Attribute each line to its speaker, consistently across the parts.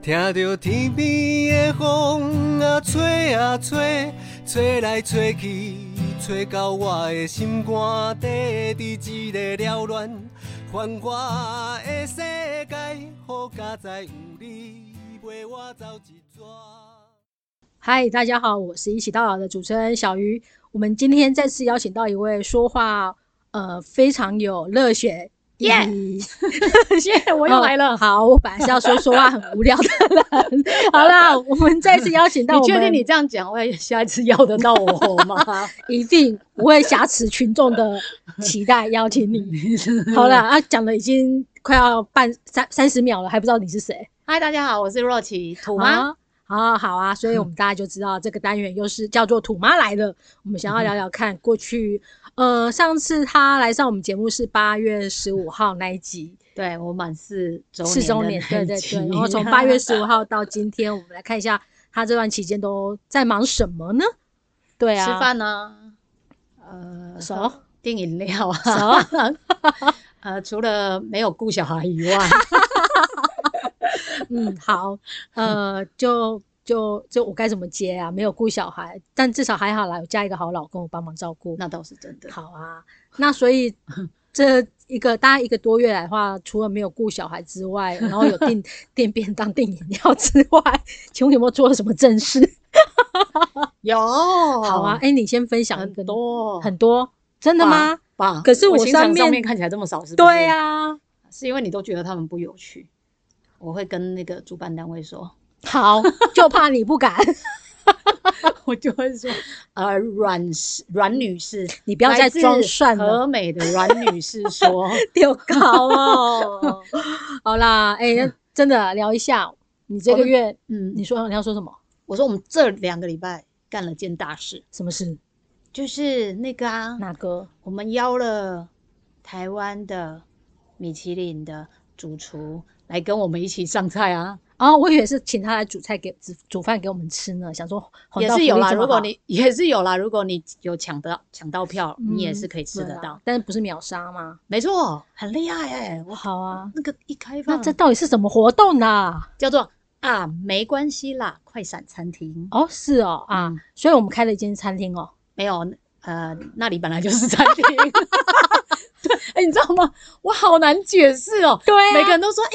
Speaker 1: 听着天边的风啊吹啊吹，吹来吹去，吹到我的心肝底，伫一个缭乱繁华的世界，好佳哉有你陪我走一逝。
Speaker 2: 嗨，大家好，我是一起到老的主持人小鱼。我们今天再次邀请到一位说话呃非常有热血。
Speaker 3: 耶
Speaker 2: 以 及
Speaker 3: 谢
Speaker 2: 哦
Speaker 3: 谢，我又来了。
Speaker 2: 好，我本来是要说说话很无聊的 人。好啦，我们再次邀请到
Speaker 3: 你
Speaker 2: 我
Speaker 3: 确
Speaker 2: 们，
Speaker 3: 定你这样讲会下一次要得到 我吗？
Speaker 2: 一定不会挟持群众的期待邀请 你。好啦，，啊，讲的已经快要半三三十秒了，还不知道你是谁，
Speaker 3: 嗨，大家好，我是若琪，土
Speaker 2: 好
Speaker 3: 妈。
Speaker 2: 吗？好好啊，所以
Speaker 3: 嗯
Speaker 2: 我们大家就知道这个单元又是叫做“土妈来了”。我们想
Speaker 3: 嗯
Speaker 2: 要聊聊看过去，呃，上次她来上我们节目是八月十五号那一集，
Speaker 3: 对我满四周
Speaker 2: 四周年
Speaker 3: 年，，
Speaker 2: 对对对。然后从八月十五号到今天，我们来看一下她这段期间都在忙什么呢？对啊，
Speaker 3: 吃 饭呢，呃，
Speaker 2: 熟
Speaker 3: 订饮料啊，
Speaker 2: 熟
Speaker 3: 呃，除了没有顾小孩 以外，
Speaker 2: 嗯，好，呃，就就就我该怎么接啊？没有顾小孩，但至少还好啦，有嫁一个好老公帮忙照顾。
Speaker 3: 那倒是真 的。
Speaker 2: 好啊，那所以这一个大概一个多月来的话，除了没有顾小孩之 外，然后有订订便当、订饮料之外，请问有没有做了什么正事？
Speaker 3: 有，
Speaker 2: 好
Speaker 3: 好
Speaker 2: 啊，哎、你先分享一
Speaker 3: 哦很
Speaker 2: 个
Speaker 3: 多
Speaker 2: 很多，真的吗？
Speaker 3: 吧？
Speaker 2: 可是我
Speaker 3: 行程
Speaker 2: 上面
Speaker 3: 上面看起来这么少，是不是？
Speaker 2: 对呀、啊，
Speaker 3: 是因为你都觉得他们不有趣。我会跟那个主办单位说，
Speaker 2: 好，就怕你不敢，
Speaker 3: 我就会说，呃，阮氏阮女士，
Speaker 2: 你不要再
Speaker 3: 来自
Speaker 2: 装蒜了
Speaker 3: 和美的阮女士说，
Speaker 2: 丢高哦。好啦，哎、那真的聊一下，你这个月
Speaker 3: 嗯
Speaker 2: 你，说你要说什么？
Speaker 3: 我说我们这两个礼拜干了件大事，
Speaker 2: 什么事？
Speaker 3: 就是那个啊，
Speaker 2: 哪个？
Speaker 3: 我们邀了台湾的米其林的主厨来跟我们一起上菜啊，
Speaker 2: 哦，我以为是请他来煮菜给煮煮饭给我们吃呢，想说红
Speaker 3: 也
Speaker 2: 到
Speaker 3: 是
Speaker 2: 福
Speaker 3: 有
Speaker 2: 利
Speaker 3: 啦。
Speaker 2: 这么
Speaker 3: 如果
Speaker 2: 好
Speaker 3: 你也是有啦，如果你有抢得抢到票，你也
Speaker 2: 嗯
Speaker 3: 是可以吃
Speaker 2: 对
Speaker 3: 得
Speaker 2: 啦
Speaker 3: 到，
Speaker 2: 但是不是秒杀吗？
Speaker 3: 没错，很厉害哎、我
Speaker 2: 好啊，
Speaker 3: 那个一开
Speaker 2: 那
Speaker 3: 放，
Speaker 2: 这到底是什么活动呢、
Speaker 3: 叫做啊，没关系啦，快闪餐厅
Speaker 2: 哦，是哦啊，
Speaker 3: 嗯
Speaker 2: 所以我们开了一间餐厅哦。
Speaker 3: 没有，呃，那里本来就是餐 厅。对，哎、你知道吗？我好难解释哦。
Speaker 2: 对啊
Speaker 3: 每个人都说，哎、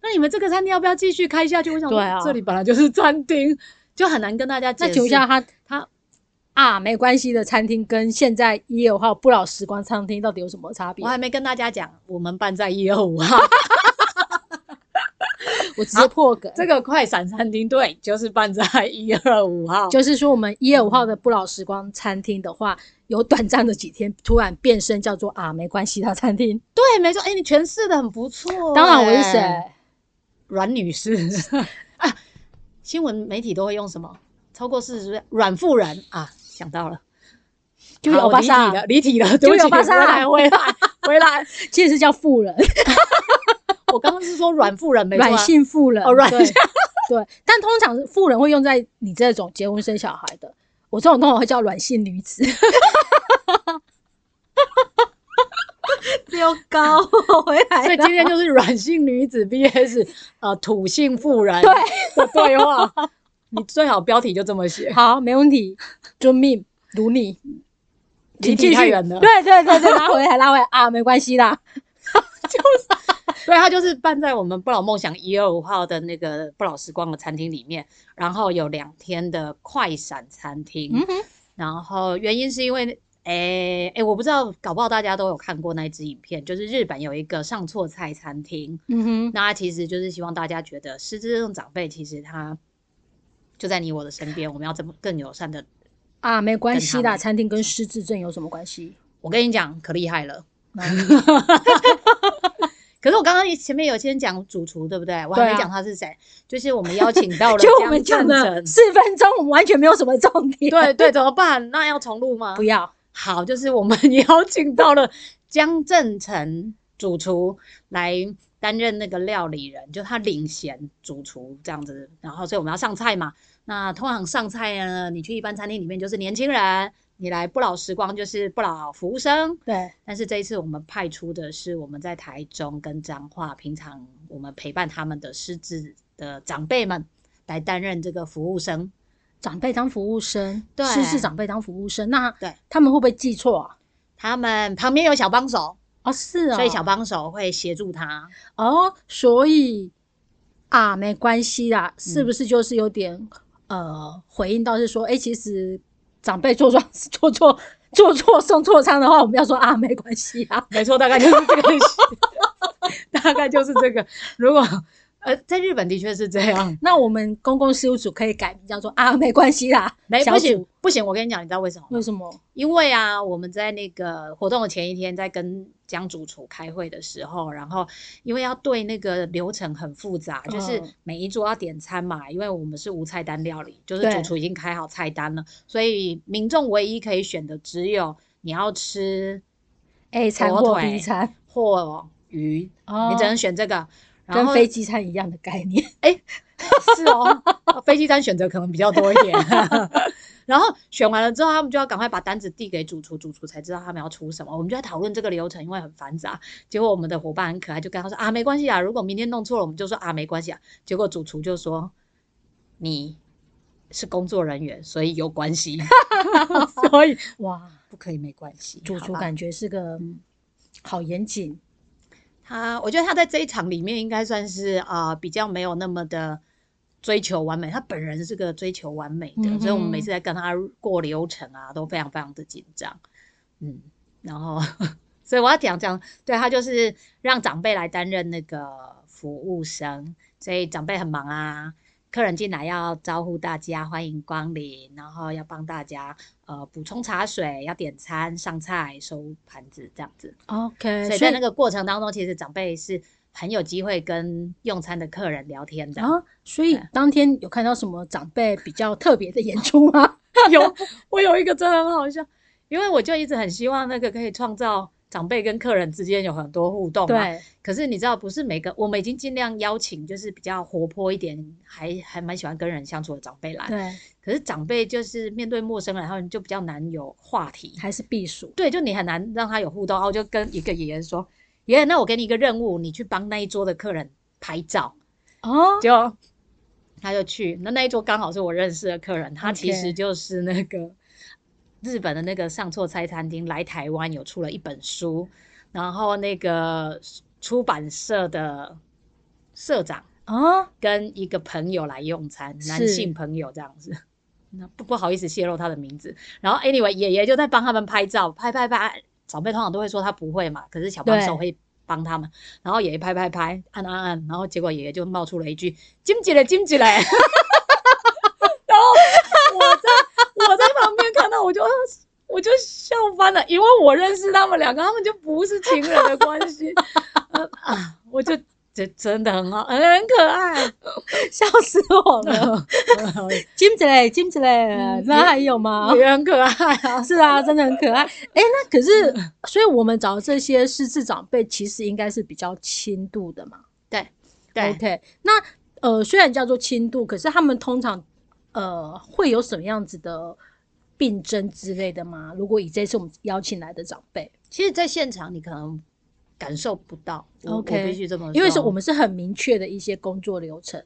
Speaker 3: 那你们这个餐厅要不要继续开下去？我想说，
Speaker 2: 对啊
Speaker 3: 这里本来就是餐厅，就很难跟大家解
Speaker 2: 那
Speaker 3: 释。
Speaker 2: 请问一下他
Speaker 3: 他
Speaker 2: 啊，没关系的餐厅跟现在一二号不老时光餐厅到底有什么差别？
Speaker 3: 我还没跟大家讲，我们办在一二 五号
Speaker 2: 我直接破梗，
Speaker 3: 啊这个快闪餐厅，对，就是办在一二五号。
Speaker 2: 就是说，我们一二五号的不老时光餐厅的话，有短暂的几天突然变身叫做啊，没关系的餐厅。
Speaker 3: 对，没错，哎、你诠释的很不错、
Speaker 2: 当然，我是
Speaker 3: 哎
Speaker 2: 谁？
Speaker 3: 阮女士 啊，新闻媒体都会用什么？超过四十岁，阮妇人啊，想到了，
Speaker 2: 就
Speaker 3: 好
Speaker 2: 有
Speaker 3: 我
Speaker 2: 巴莎
Speaker 3: 离题了，离题了，对不
Speaker 2: 就
Speaker 3: 起，
Speaker 2: 有巴莎
Speaker 3: 回来，回来，回来。
Speaker 2: 其实是叫富人，
Speaker 3: 我刚刚是说阮妇人，没错啊
Speaker 2: 软性富人。
Speaker 3: 哦软
Speaker 2: 对对，但通常富人会用在你这种结婚生小孩的，我这种通常会叫软性女 子。丢高
Speaker 3: 哦
Speaker 2: 回来
Speaker 3: 所以今天就是软性女子 VS 呃土性妇人对的对话，你最好标题就这 么写。
Speaker 2: 好，没问题，遵命如你。
Speaker 3: 离
Speaker 2: 请
Speaker 3: 题
Speaker 2: 继
Speaker 3: 太
Speaker 2: 续
Speaker 3: 远了
Speaker 2: 对对对对，拉回来拉回来啊，没关系 啦。
Speaker 3: 对，它就是办在我们不老梦想一二五号的那个不老时光的餐厅里面，然后有两天的快闪餐厅。
Speaker 2: 嗯哼，
Speaker 3: 然后原因是因为，诶、诶、我不知道，搞不好大家都有看过那一支影片，就是日本有一个上错菜餐厅，
Speaker 2: 嗯哼，
Speaker 3: 那它其实就是希望大家觉得失智症长辈其实他就在你我的身边，我们要怎么更友善的。
Speaker 2: 啊，没关系
Speaker 3: 跟他
Speaker 2: 啦，
Speaker 3: 们
Speaker 2: 餐厅跟失智症有什么关系？
Speaker 3: 我跟你讲，可厉害了。
Speaker 2: 嗯
Speaker 3: 可是我刚刚前面有先讲主厨，对不对？我还
Speaker 2: 对
Speaker 3: 没
Speaker 2: 啊
Speaker 3: 讲他是谁， 就是 我们邀请到了
Speaker 2: 就我们
Speaker 3: 江
Speaker 2: 讲
Speaker 3: 正
Speaker 2: 的
Speaker 3: 成。
Speaker 2: 四分钟，我们完全没有什么重点。
Speaker 3: 对对，怎么办？那要重录吗？
Speaker 2: 不要，
Speaker 3: 好，就是我们 邀请到了江正成主厨来担任那个料理人，就他领衔主厨这样子。然后，所以我们要上菜嘛。那通常上菜呢，你去一般餐厅里面就是年轻人，你来不老时光就是不老服务生。
Speaker 2: 对，
Speaker 3: 但是这一次我们派出的是我们在台中跟彰化，平常我们陪伴他们的失智的长辈们来担任这个服务生。
Speaker 2: 长辈当服务生，
Speaker 3: 对
Speaker 2: 是是长辈当服务生，那
Speaker 3: 对
Speaker 2: 他们会不会记错啊？
Speaker 3: 他们旁边有小帮手，
Speaker 2: 哦，是哦，
Speaker 3: 所以小帮手会协助他。
Speaker 2: 哦，所以啊，没关系啦，是
Speaker 3: 嗯
Speaker 2: 不是就是有点、呃回应到是说，哎、其实长辈做错 做错做错送错餐的话，我们要说啊，没关系啊，
Speaker 3: 没错，大概就是这个意思， 大概就是这个。如果呃，在日本的确是这样，
Speaker 2: 那我们公共事务组可以改名叫做啊，没关系啦，
Speaker 3: 没
Speaker 2: 小
Speaker 3: 不
Speaker 2: 组嗯
Speaker 3: 行不行，我跟你讲，你知道为什么吗
Speaker 2: 为？什么？
Speaker 3: 因为啊，我们在那个活动的前一天，在跟江主厨开会的时候，然后因为要对那个流程很复杂，就是
Speaker 2: 嗯
Speaker 3: 每一桌要点餐嘛，因为我们是无菜单料理，就是
Speaker 2: 对
Speaker 3: 主厨已经开好菜单
Speaker 2: 嗯
Speaker 3: 了，所以民众唯一可以选的只有你要吃
Speaker 2: A 餐
Speaker 3: 哎火
Speaker 2: 或
Speaker 3: 腿
Speaker 2: B 餐，
Speaker 3: 或鱼，
Speaker 2: 哦
Speaker 3: 你只能选这个。然
Speaker 2: 跟
Speaker 3: 后
Speaker 2: 飞机餐一样的概念。
Speaker 3: 是哦，飞机餐选择可能比较多一点。 然后选完了之后，他们就要赶快把单子递给主厨，主厨才知道他们要出什么。我们就在讨论这个流程，因为很繁杂。结果我们的伙伴很可爱，就跟他说啊，没关系啊，如果明天弄错了，我们就说啊，没关系啊。结果主厨就说你是工作人员，所以有关系，所以
Speaker 2: 哇，
Speaker 3: 不可以没关系。
Speaker 2: 主厨
Speaker 3: 好吧
Speaker 2: 感觉是个
Speaker 3: 嗯
Speaker 2: 好严谨，
Speaker 3: 他，我觉得他在这一场里面应该算是啊、呃比较没有那么的追求完美。他本人是个追求完美的，
Speaker 2: 嗯哼
Speaker 3: 所以我们每次在跟他过流程啊，都非常非常的紧张。嗯，然后所以我要讲讲，对他就是让长辈来担任那个服务生，所以长辈很忙啊。客人进来要招呼大家欢迎光临，然后要帮大家呃补充茶水，要点餐、上菜、收盘子这样子。
Speaker 2: OK，
Speaker 3: 呃所以在那个过程当中，其实长辈是很有机会跟用餐的客人聊天的。
Speaker 2: 啊，所以
Speaker 3: 对
Speaker 2: 当天有看到什么长辈比较特别的演出吗？
Speaker 3: 有，我有一个真的很好笑，因为我就一直很希望那个可以创造长辈跟客人之间有很多互动嘛。
Speaker 2: 对，
Speaker 3: 可是你知道，不是每个我们已经尽量邀请，就是比较活泼一点，还还蛮喜欢跟人相处的长辈来。
Speaker 2: 对，
Speaker 3: 可是长辈就是面对陌生人，他们就比较难有话题。
Speaker 2: 还是避暑。
Speaker 3: 对，就你很难让他有互动。然后我就跟一个爷爷说：“爷爷，那我给你一个任务，你去帮那一桌的客人拍照。”
Speaker 2: 哦，
Speaker 3: 就他就去，那那一桌刚好是我认识的客人，他其
Speaker 2: OK
Speaker 3: 实就是那个日本的那个上错菜餐厅来台湾有出了一本书，然后那个出版社的社长
Speaker 2: 啊，
Speaker 3: 跟一个朋友来用餐，男
Speaker 2: 是
Speaker 3: 性朋友这样子。那不不好意思泄露他的名字，然后 anyway 爷爷就在帮他们拍照，拍拍拍，长辈通常都会说他不会嘛，可是小帮手
Speaker 2: 对
Speaker 3: 会帮他们，然后爷爷拍拍拍，按按按，然后结果爷爷就冒出了一句“金起来，金起来”， 然后我在我在旁边看到，我就我就笑翻了，因为我认识他们两个，他们就不是情人的关系 呃啊，我就这真的很好，很可爱。
Speaker 2: 笑死我了！ 金子嘞，金子嘞
Speaker 3: 嗯，
Speaker 2: 那还有吗？
Speaker 3: 也很可爱 啊。
Speaker 2: 是啊，真的很可爱。哎，那可是，所以我们找的这些失智长辈，其实应该是比较轻度的嘛。
Speaker 3: 对，
Speaker 2: OK，那呃，虽然叫做轻度，可是他们通常呃会有什么样子的病症之类的吗？如果以这次我们邀请来的长辈，
Speaker 3: 其实，在现场你可能感受不到。我
Speaker 2: OK
Speaker 3: 我必须这么说，
Speaker 2: 因为是我们是很明确的一些工作流程，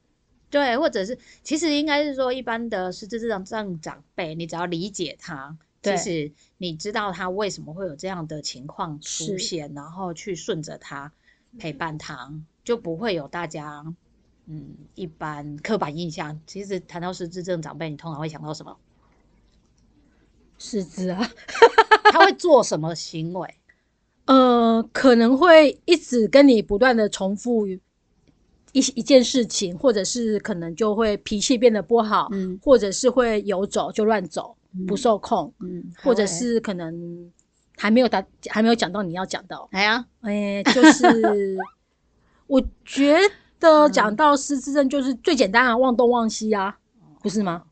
Speaker 3: 对，啊或者是其实应该是说，一般的失智障障长辈，你只要理解他，
Speaker 2: 对
Speaker 3: 其实你知道他为什么会有这样的情况出
Speaker 2: 是
Speaker 3: 现，然后去顺着他陪伴他，就不会有大家。嗯，一般刻板印象，其实谈到失智症长辈，你通常会想到什么？
Speaker 2: 是指啊，
Speaker 3: 他会做什么行为？
Speaker 2: 呃，可能会一直跟你不断的重复一一件事情，或者是可能就会脾气变得不好，
Speaker 3: 嗯
Speaker 2: 或者是会游走就乱走，不
Speaker 3: 嗯
Speaker 2: 受控，
Speaker 3: 嗯，
Speaker 2: 或者
Speaker 3: 还会
Speaker 2: 是可能还没有达还没有讲到你要讲到，
Speaker 3: 哎呀，
Speaker 2: 哎、就是我觉得讲到失智症就是最简单啊，忘东忘西啊，不是吗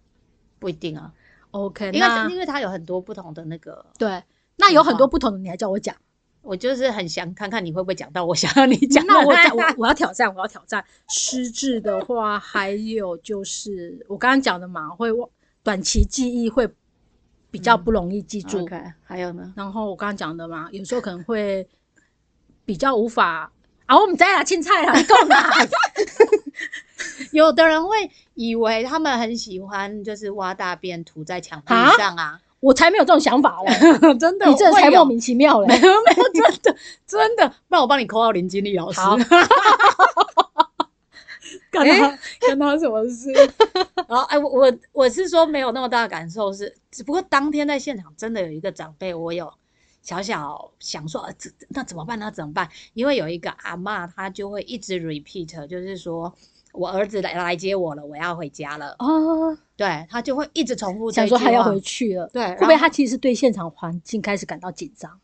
Speaker 3: 不一定啊，
Speaker 2: ？OK，
Speaker 3: 因为
Speaker 2: 那
Speaker 3: 是因为它有很多不同的那个，
Speaker 2: 对，那有很多不同的，你还叫我讲。
Speaker 3: 我就是很想看看你会不会讲嗯到我想要你讲的。
Speaker 2: 那我讲， 我我要挑战，我要挑战失智的话，还有就是我刚刚讲的嘛，会忘短期记忆会比较不容易记住。
Speaker 3: 嗯 OK，还有呢？
Speaker 2: 然后我刚刚讲的嘛，有时候可能会比较无法啊，我们在啦，青菜啦，你够啦，
Speaker 3: 有的人会以为他们很喜欢，就是挖大便涂在墙壁
Speaker 2: 啊
Speaker 3: 上啊，
Speaker 2: 我才没有这种想法嘞，
Speaker 3: 真的，
Speaker 2: 你这
Speaker 3: 会
Speaker 2: 才
Speaker 3: 有
Speaker 2: 莫名其妙
Speaker 3: 没
Speaker 2: 嘞。
Speaker 3: 有没有， 真的真的，不然我帮你扣到林经理老师。
Speaker 2: 好
Speaker 3: 干他干他什么事？然后哎，我我我是说没有那么大的感受是，只不过当天在现场真的有一个长辈，我有小小想说，呃这那怎么办？那怎么办？因为有一个阿嬷，她就会一直 repeat，就是说我儿子来来接我了，我要回家了。
Speaker 2: 啊，
Speaker 3: 对，她就会一直重复
Speaker 2: 想
Speaker 3: 这一
Speaker 2: 说
Speaker 3: 句
Speaker 2: 他要
Speaker 3: 话
Speaker 2: 回去了，
Speaker 3: 对，
Speaker 2: 会
Speaker 3: 然
Speaker 2: 不会
Speaker 3: 后
Speaker 2: 他其实对现场环境开始感到紧张？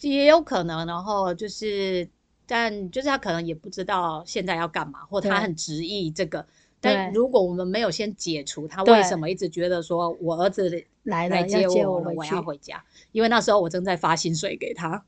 Speaker 3: 也有可能，然后就是，但就是他可能也不知道现在要干嘛，或他
Speaker 2: 对
Speaker 3: 很执意这个。但
Speaker 2: 对
Speaker 3: 如果我们没有先解除他
Speaker 2: 对
Speaker 3: 为什么一直觉得说我儿子
Speaker 2: 来
Speaker 3: 来
Speaker 2: 了
Speaker 3: 接
Speaker 2: 要接
Speaker 3: 我了，
Speaker 2: 回
Speaker 3: 我
Speaker 2: 去
Speaker 3: 要，回家，因为那时候我正在发薪水给他，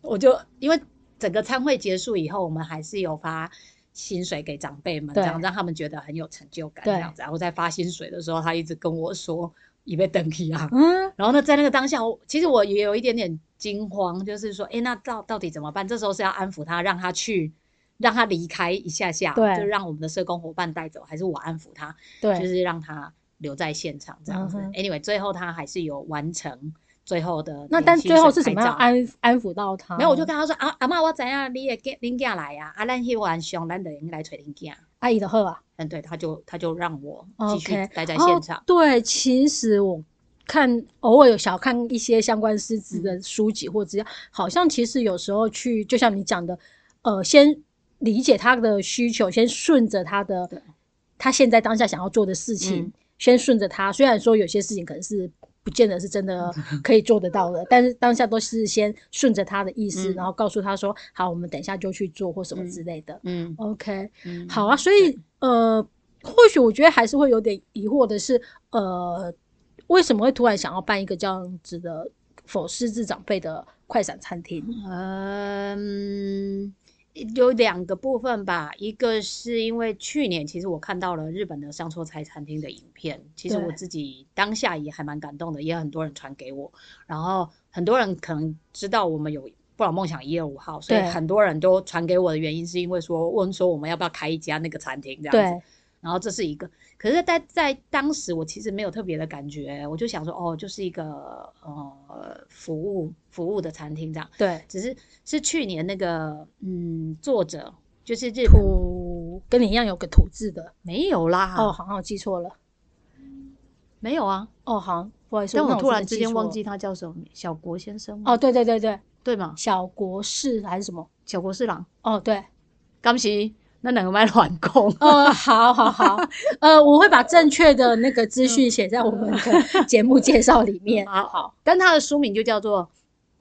Speaker 3: 我就因为整个参会结束以后，我们还是有发薪水给长辈们，这
Speaker 2: 对
Speaker 3: 样让他们觉得很有成就感，这
Speaker 2: 对
Speaker 3: 样子。然后在发薪水的时候，他一直跟我说：“你被等起啊。”
Speaker 2: 嗯，
Speaker 3: 然后呢，在那个当下，我其实我也有一点点惊慌，就是说，哎，那到到底怎么办？这时候是要安抚他，让他去，让他离开一下下，
Speaker 2: 对
Speaker 3: 就让我们的社工伙伴带走，还是我安抚他，就
Speaker 2: 对，
Speaker 3: 是让他留在现场这样子。
Speaker 2: 嗯哼
Speaker 3: anyway，最后他还是有完成最后的。
Speaker 2: 那但最后是怎么样？安安抚到他呢？
Speaker 3: 没有，我就跟他说啊，阿妈，我怎样，你也给恁囝来呀、啊，啊，咱迄晚上咱就应该找恁囝。
Speaker 2: 阿姨的喝啊。
Speaker 3: 嗯，对，他就他就让我继续
Speaker 2: OK，
Speaker 3: 待在
Speaker 2: 哦
Speaker 3: 现场。
Speaker 2: 对，其实我看偶尔有小看一些相关师资
Speaker 3: 嗯
Speaker 2: 的书籍或资料，好像其实有时候去，就像你讲的，呃，先理解他的需求，先顺着他的
Speaker 3: 对
Speaker 2: 他现在当下想要做的事情，
Speaker 3: 嗯
Speaker 2: 先顺着他。虽然说有些事情可能是。不见得是真 的可以做得到的，但是当下都是先顺着他的意思，
Speaker 3: 嗯
Speaker 2: 然后告诉他说：“好，我们等一下就去做或什么
Speaker 3: 嗯
Speaker 2: 之类的。
Speaker 3: 嗯
Speaker 2: OK，
Speaker 3: 嗯，
Speaker 2: 好啊，所以呃，或许我觉得还是会有点疑惑的是，呃，为什么会突然想要办一个这样子的否失智长辈的快闪餐厅？
Speaker 3: 嗯，有两个部分吧，一个是因为去年其实我看到了日本的上错菜餐厅的影片，其实我
Speaker 2: 对
Speaker 3: 自己当下也还蛮感动的，也有很多人传给我，然后很多人可能知道我们有。不老梦想一二五号，所以
Speaker 2: 对
Speaker 3: 很多人都传给我的原因是因为说问说我们要不要开一家那个餐厅这样子，
Speaker 2: 对
Speaker 3: 然后这是一个，可是在，在当时我其实没有特别的感觉，我就想说，哦，就是一个呃服务服务的餐厅这样，
Speaker 2: 对，
Speaker 3: 只是是去年那个嗯作者就是日本
Speaker 2: 土跟你一样有个土字的
Speaker 3: 没有啦，
Speaker 2: 哦，好像我记错了
Speaker 3: 没有啊，
Speaker 2: 哦，好，不好意思，
Speaker 3: 但
Speaker 2: 那
Speaker 3: 我
Speaker 2: 我
Speaker 3: 突
Speaker 2: 真
Speaker 3: 然
Speaker 2: 的
Speaker 3: 之
Speaker 2: 记
Speaker 3: 间
Speaker 2: 错
Speaker 3: 忘
Speaker 2: 了
Speaker 3: 记他叫什么名，小国先生吗
Speaker 2: 哦，，对对对对，
Speaker 3: 对吗？
Speaker 2: 小国士还是什么？
Speaker 3: 小国侍郎，
Speaker 2: 哦， 对，
Speaker 3: 刚喜那两个卖软供，
Speaker 2: 呃，好好好，呃，我会把正确的那个资讯写在我们的
Speaker 3: 嗯
Speaker 2: 节目介绍里 面。
Speaker 3: 好好，但他的书名就叫做《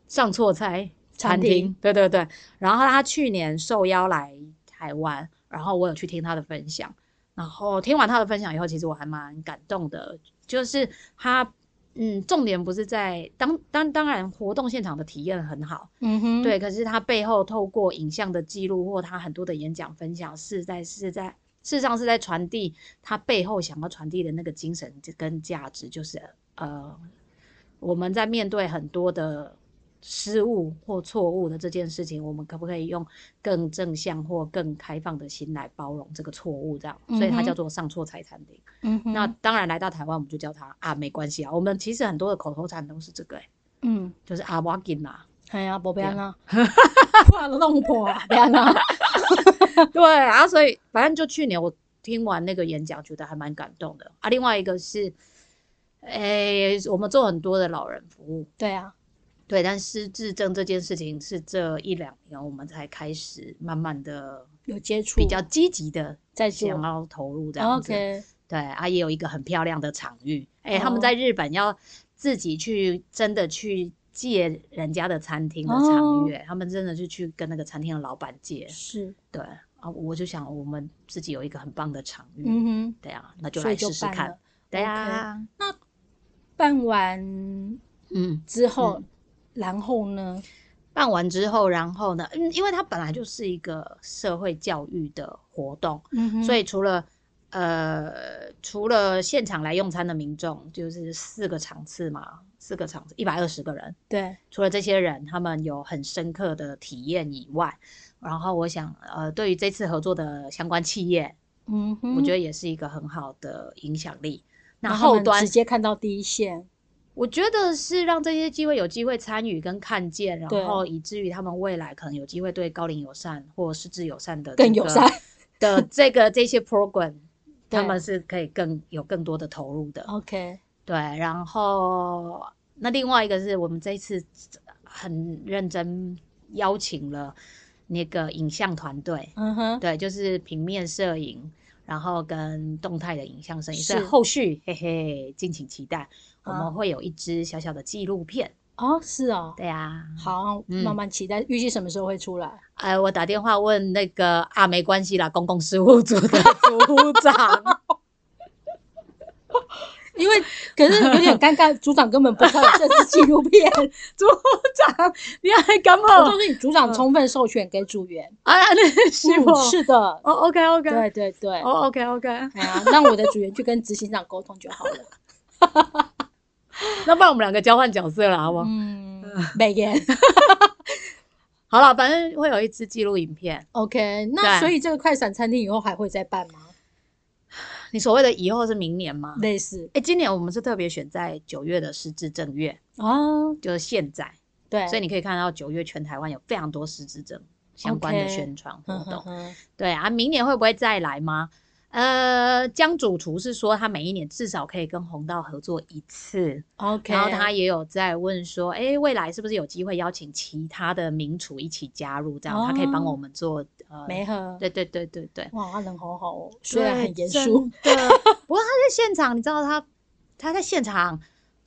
Speaker 3: 上错菜餐厅》，
Speaker 2: 餐厅
Speaker 3: 对对对。然后他去年受邀来台湾，然后我有去听他的分享，然后听完他的分享以后，其实我还蛮感动的，就是他。嗯，重点不是在当当当然活动现场的体验很好，
Speaker 2: 嗯哼，
Speaker 3: 对，可是他背后透过影像的记录或他很多的演讲分享，是在是在事实上是在传递他背后想要传递的那个精神跟价值，就是呃，我们在面对很多的失误或错误的这件事情，我们可不可以用更正向或更开放的心来包容这个错误？这样，所以它
Speaker 2: 嗯
Speaker 3: 叫
Speaker 2: 哼
Speaker 3: 做上错财餐厅。
Speaker 2: 嗯哼，
Speaker 3: 那当然来到台湾，我们就叫它啊，没关系啊。我们其实很多的口头禅都是这个、欸，
Speaker 2: 嗯。
Speaker 3: 就是啊，我紧啦。
Speaker 2: 系啊，无
Speaker 3: 啊
Speaker 2: 变啦， 破都弄破啊，变 啦。
Speaker 3: 对啊，所以反正就去年我听完那个演讲，觉得还蛮感动的啊。另外一个是，诶、我们做很多的老人服务，
Speaker 2: 对啊，
Speaker 3: 对，但失智症这件事情是这一两年我们才开始慢慢的
Speaker 2: 有接触
Speaker 3: 比较积极的
Speaker 2: 在做
Speaker 3: 想要投入这样子。
Speaker 2: 哦 OK，
Speaker 3: 对啊，也有一个很漂亮的场域，诶，他们
Speaker 2: 哦
Speaker 3: 在日本要自己去真的去。借人家的餐厅的
Speaker 2: 哦
Speaker 3: 场域、诶他们真的是去跟那个餐厅的老板借，
Speaker 2: 是，
Speaker 3: 对啊，我就想我们自己有一个很棒的场域，
Speaker 2: 嗯哼，
Speaker 3: 对啊，那就
Speaker 2: 所以
Speaker 3: 来试试
Speaker 2: 办
Speaker 3: 看
Speaker 2: 了。。
Speaker 3: 对
Speaker 2: OK
Speaker 3: 啊，
Speaker 2: 办完
Speaker 3: 嗯，
Speaker 2: 之后，然后呢？
Speaker 3: 办完之后，然后呢，嗯，因为它本来就是一个社会教育的活动，
Speaker 2: 嗯哼
Speaker 3: 所以除了呃，除了现场来用餐的民众，就是四个场次嘛，四个场次一百二十个人，
Speaker 2: 对，
Speaker 3: 除了这些人他们有很深刻的体验以外，然后我想，呃，对于这次合作的相关企业，
Speaker 2: 嗯哼，
Speaker 3: 我觉得也是一个很好的影响力。那
Speaker 2: 然后我
Speaker 3: 后
Speaker 2: 们
Speaker 3: 端
Speaker 2: 直接看到第一线，
Speaker 3: 我觉得是让这些机会有机会参与跟看见，然
Speaker 2: 对
Speaker 3: 后以至于他们未来可能有机会对高龄友善或失智友善的
Speaker 2: 更
Speaker 3: 这
Speaker 2: 友
Speaker 3: 个
Speaker 2: 善
Speaker 3: 的这个这些 program，
Speaker 2: 对
Speaker 3: 他们是可以更有更多的投入的。
Speaker 2: OK，
Speaker 3: 对，然后那另外一个是我们这一次很认真邀请了那个影像团队，
Speaker 2: 嗯哼，
Speaker 3: 对，就是平面摄影，然后跟动态的影像摄影，所以
Speaker 2: 是嗯
Speaker 3: 后续嘿嘿，敬请期待，我
Speaker 2: 好
Speaker 3: 们会有一支小小的纪录片。
Speaker 2: 哦，是哦，
Speaker 3: 对啊，
Speaker 2: 好，
Speaker 3: 嗯
Speaker 2: 慢慢期待，预计什么时候会出来？
Speaker 3: 哎，我打电话问那个啊，没关系啦，公共事务 组的组长，
Speaker 2: 因为可是有点尴尬，组 长根本不知道有这支纪录 片。
Speaker 3: 哦组长，你还敢
Speaker 2: 我
Speaker 3: 跑
Speaker 2: 告？诉你，组长充分授权给组员。
Speaker 3: 啊，那 是我
Speaker 2: 嗯，是的，
Speaker 3: 哦，OK OK，
Speaker 2: 对对对。
Speaker 3: 哦，OK OK，
Speaker 2: 哎呀，让我的组员去跟执行长沟通就好 了。
Speaker 3: 那不然我们两个交换角色了，好不好？
Speaker 2: 嗯，美 颜。
Speaker 3: 好了，反正会有一支纪录影片。
Speaker 2: OK，那
Speaker 3: 对啊
Speaker 2: 所以这个快闪餐厅以后还会再办吗？
Speaker 3: 你所谓的以后是明年吗？
Speaker 2: 类似
Speaker 3: 哎，今年我们是特别选在九月的失智正月，
Speaker 2: 哦，
Speaker 3: 就是现在，
Speaker 2: 对，
Speaker 3: 所以你可以看到九月全台湾有非常多失智症相关的
Speaker 2: OK 嗯
Speaker 3: 宣传活
Speaker 2: 哼
Speaker 3: 动。
Speaker 2: 哼哼
Speaker 3: 对啊，明年会不会再来吗？呃，江主厨是说他每一年至少可以跟红道合作一次
Speaker 2: OK，
Speaker 3: 然后他也有在问说，哎，未来是不是有机会邀请其他的名厨一起加入，这样、他可以帮
Speaker 2: 哦
Speaker 3: 我们做呃，
Speaker 2: 没喝。
Speaker 3: 对对对对对，
Speaker 2: 哇，他人好好哦，虽然
Speaker 3: 对
Speaker 2: 很严肃。，
Speaker 3: 真的不过他在现场，你知道他他在现场。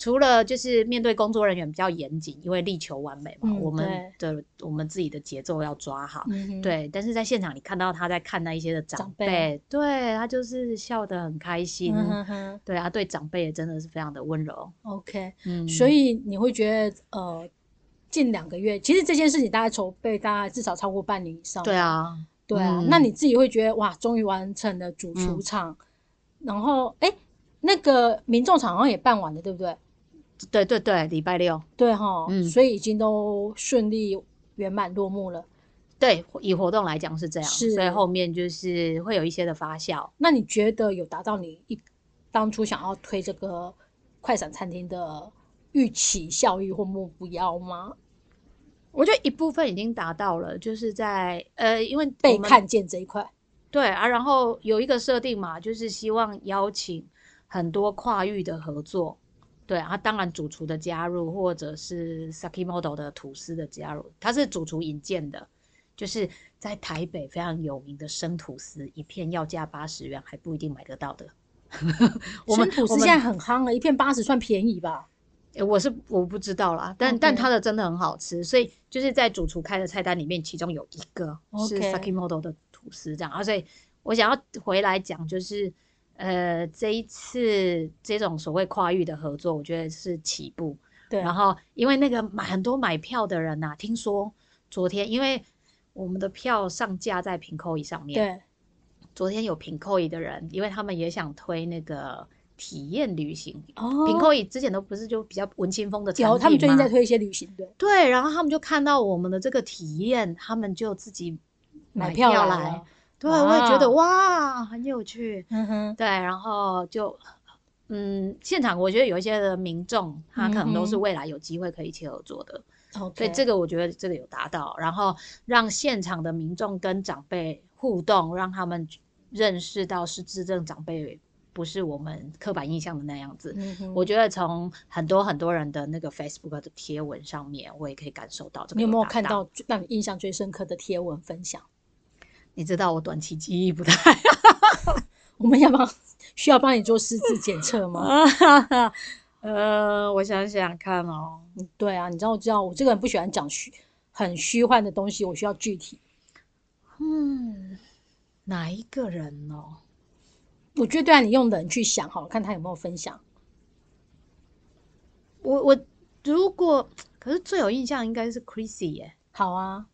Speaker 3: 除了就是面对工作人员比较严谨，因为力求完美嘛，
Speaker 2: 嗯
Speaker 3: 我们的我们自己的节奏要抓好，
Speaker 2: 嗯哼，
Speaker 3: 对，但是在现场你看到他在看那一些的长
Speaker 2: 长辈
Speaker 3: 对他就是笑得很开心，
Speaker 2: 嗯哼哼
Speaker 3: 对啊，对长辈也真的是非常的温柔，
Speaker 2: ，OK。
Speaker 3: 嗯，
Speaker 2: 所以你会觉得呃，近两个月，其实这件事情大概筹备大概至少超过半年以上。
Speaker 3: 对，啊，
Speaker 2: 对啊。
Speaker 3: 嗯
Speaker 2: 那你自己会觉得哇，终于完成了主厨场，
Speaker 3: 嗯
Speaker 2: 然后哎，那个民众场好像也办完了，对不对？
Speaker 3: 对对对，礼拜六，
Speaker 2: 对哈，
Speaker 3: 嗯
Speaker 2: 所以已经都顺利圆满落幕了。
Speaker 3: 对，以活动来讲是这样，
Speaker 2: 是
Speaker 3: 所以后面就是会有一些的发酵，
Speaker 2: 那你觉得有达到你一当初想要推这个快闪餐厅的预期效益或目标吗？
Speaker 3: 我觉得一部分已经达到了，就是在呃，因为我
Speaker 2: 被
Speaker 3: 们
Speaker 2: 看见这一块，
Speaker 3: 对啊，然后有一个设定嘛，就是希望邀请很多跨域的合作。对啊，当然主厨的加入，或者是 Saki Model 的吐司的加入，它是主厨引荐的，就是在台北非常有名的生吐司，一片要价八十元，还不一定买得到的。 我们
Speaker 2: 生吐
Speaker 3: 我
Speaker 2: 司
Speaker 3: 们
Speaker 2: 现在很夯了，一片八十算便宜吧？
Speaker 3: 诶我是我不知道啦，但但
Speaker 2: OK
Speaker 3: 它的真的很好吃，所以就是在主厨开的菜单里面，其中有一个是
Speaker 2: OK
Speaker 3: Saki Model 的吐司这样，啊，所以我想要回来讲就是，呃，这一次这种所谓跨域的合作，我觉得是起步，
Speaker 2: 对，
Speaker 3: 然后因为那个买很多买票的人呐、听说昨天因为我们的票上架在平扣椅上面，
Speaker 2: 对，
Speaker 3: 昨天有平扣椅的人，因为他们也想推那个体验旅行，
Speaker 2: 哦
Speaker 3: 平扣椅之前都不是就比较文青风的产品
Speaker 2: 有他们最近
Speaker 3: 吗
Speaker 2: 在推一些旅行的，
Speaker 3: 对，然后他们就看到我们的这个体验，他们就自己
Speaker 2: 买
Speaker 3: 票
Speaker 2: 票来
Speaker 3: 来
Speaker 2: 了。，哦
Speaker 3: 对，我也觉得
Speaker 2: 哇
Speaker 3: 哇，很有趣。
Speaker 2: 嗯哼，
Speaker 3: 对，然后就嗯，现场我觉得有一些的民众，他可能都是
Speaker 2: 嗯哼
Speaker 3: 未来有机会可以一起合作的，所以
Speaker 2: OK，
Speaker 3: 这个我觉得这个有达到，然后让现场的民众跟长辈互动，让他们认识到失智症长辈不是我们刻板印象的那样子。
Speaker 2: 嗯哼
Speaker 3: 我觉得从很多很多人的那个 Facebook 的贴文上面，我也可以感受到这个。
Speaker 2: 你有没有看？到最让你印象最深刻的贴文分享？
Speaker 3: 你知道我短期记忆不 太好
Speaker 2: 我们要帮需要帮你做私自检测吗？
Speaker 3: 啊。呃，我想想看哦，
Speaker 2: 嗯对啊，你知道，我知道，我这个人不喜欢讲虚很虚幻的东西，我需要具体。
Speaker 3: 嗯，哪一个人哦？
Speaker 2: 我觉得对啊，你用人去想好了，看他有没有分享。
Speaker 3: 我我如果可是最有印象应该是 Chrissy 耶、
Speaker 2: 好啊，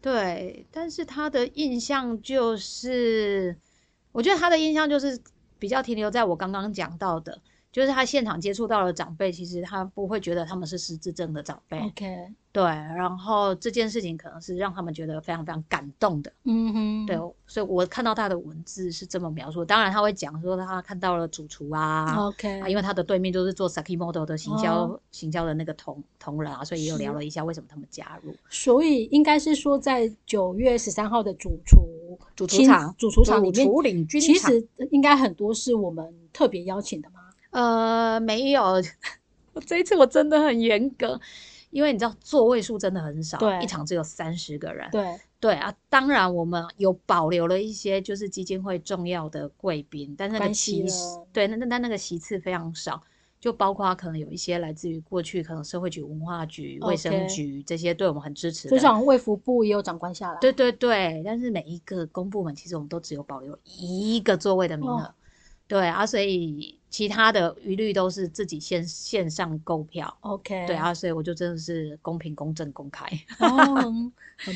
Speaker 3: 对，但是他的印象就是，我觉得他的印象就是比较停留在我刚刚讲到的，就是他现场接触到的长辈，其实他不会觉得他们是失智症的长辈，
Speaker 2: OK，
Speaker 3: 对。然后这件事情可能是让他们觉得非常非常感动的，
Speaker 2: 嗯哼，
Speaker 3: 对。所以我看到他的文字是这么描述，当然他会讲说他看到了主厨啊，
Speaker 2: ，OK，
Speaker 3: 啊，因为他的对面就是做 Saki Model 的行销、
Speaker 2: 哦
Speaker 3: 行销的那个同同仁啊，所以也有聊
Speaker 2: 是
Speaker 3: 了一下为什么他们加入。
Speaker 2: 所以应该是说，在九月十三号的主厨
Speaker 3: 主厨
Speaker 2: 亲
Speaker 3: 场
Speaker 2: 主厨场里面，
Speaker 3: 主领军
Speaker 2: 其
Speaker 3: 场
Speaker 2: 实应该很多是我们特别邀请的嘛。
Speaker 3: 呃没有， 这一次我真的很严格，因为你知道座位数真的很少，
Speaker 2: 对
Speaker 3: 一场只有三十个人。
Speaker 2: 对，
Speaker 3: 对啊，当然我们有保留了一些就是基金会重要的贵宾，但那个
Speaker 2: 关系
Speaker 3: 席
Speaker 2: 了
Speaker 3: 次对那那那那个席次非常少。就包括可能有一些来自于过去可能社会局、文化局、卫生
Speaker 2: OK
Speaker 3: 局这些对我们很支持的，
Speaker 2: 就像卫福部也有长官下来，
Speaker 3: 对对对，但是每一个公部门其实我们都只有保留一个座位的名额，
Speaker 2: 哦
Speaker 3: 对啊，所以其他的一律都是自己线线上购票，
Speaker 2: ，OK，
Speaker 3: 对，啊，所以我就真的是公平、公正、公开，
Speaker 2: 哦，很很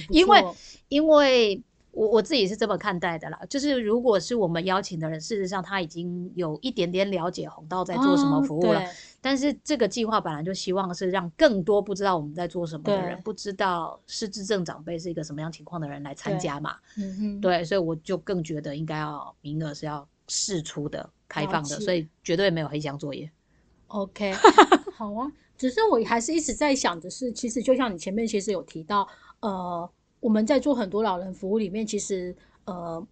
Speaker 2: 不错
Speaker 3: 因为因为我我自己是这么看待的啦，就是如果是我们邀请的人，事实上他已经有一点点了解红道在做什么
Speaker 2: 哦
Speaker 3: 服务了，
Speaker 2: 对
Speaker 3: 但是这个计划本来就希望是让更多不知道我们在做什么的人
Speaker 2: 对，
Speaker 3: 不知道失智症长辈是一个什么样情况的人来参
Speaker 2: 对
Speaker 3: 加嘛。
Speaker 2: 嗯哼，
Speaker 3: 对，所以我就更觉得应该要名额是要试出的、开
Speaker 2: 了
Speaker 3: 放的，所
Speaker 2: 解
Speaker 3: 以绝对没有黑箱作业。
Speaker 2: OK，好 啊。只是我还是一直在想的是，其实就像你前面其实有提到，呃，我们在做很多老人服务里面，其实呃，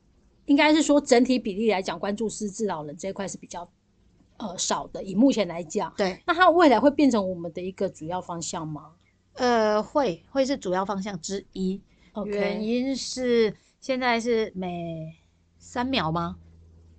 Speaker 2: 应该是说整体比例来讲，关注失智老人这一块是比较呃少的。以目前来讲，
Speaker 3: 对，
Speaker 2: 那它未来会变成我们的一个主要方向吗
Speaker 3: 呃，会会是主要方向之一。原
Speaker 2: ？OK，
Speaker 3: 因是现在是每三秒吗？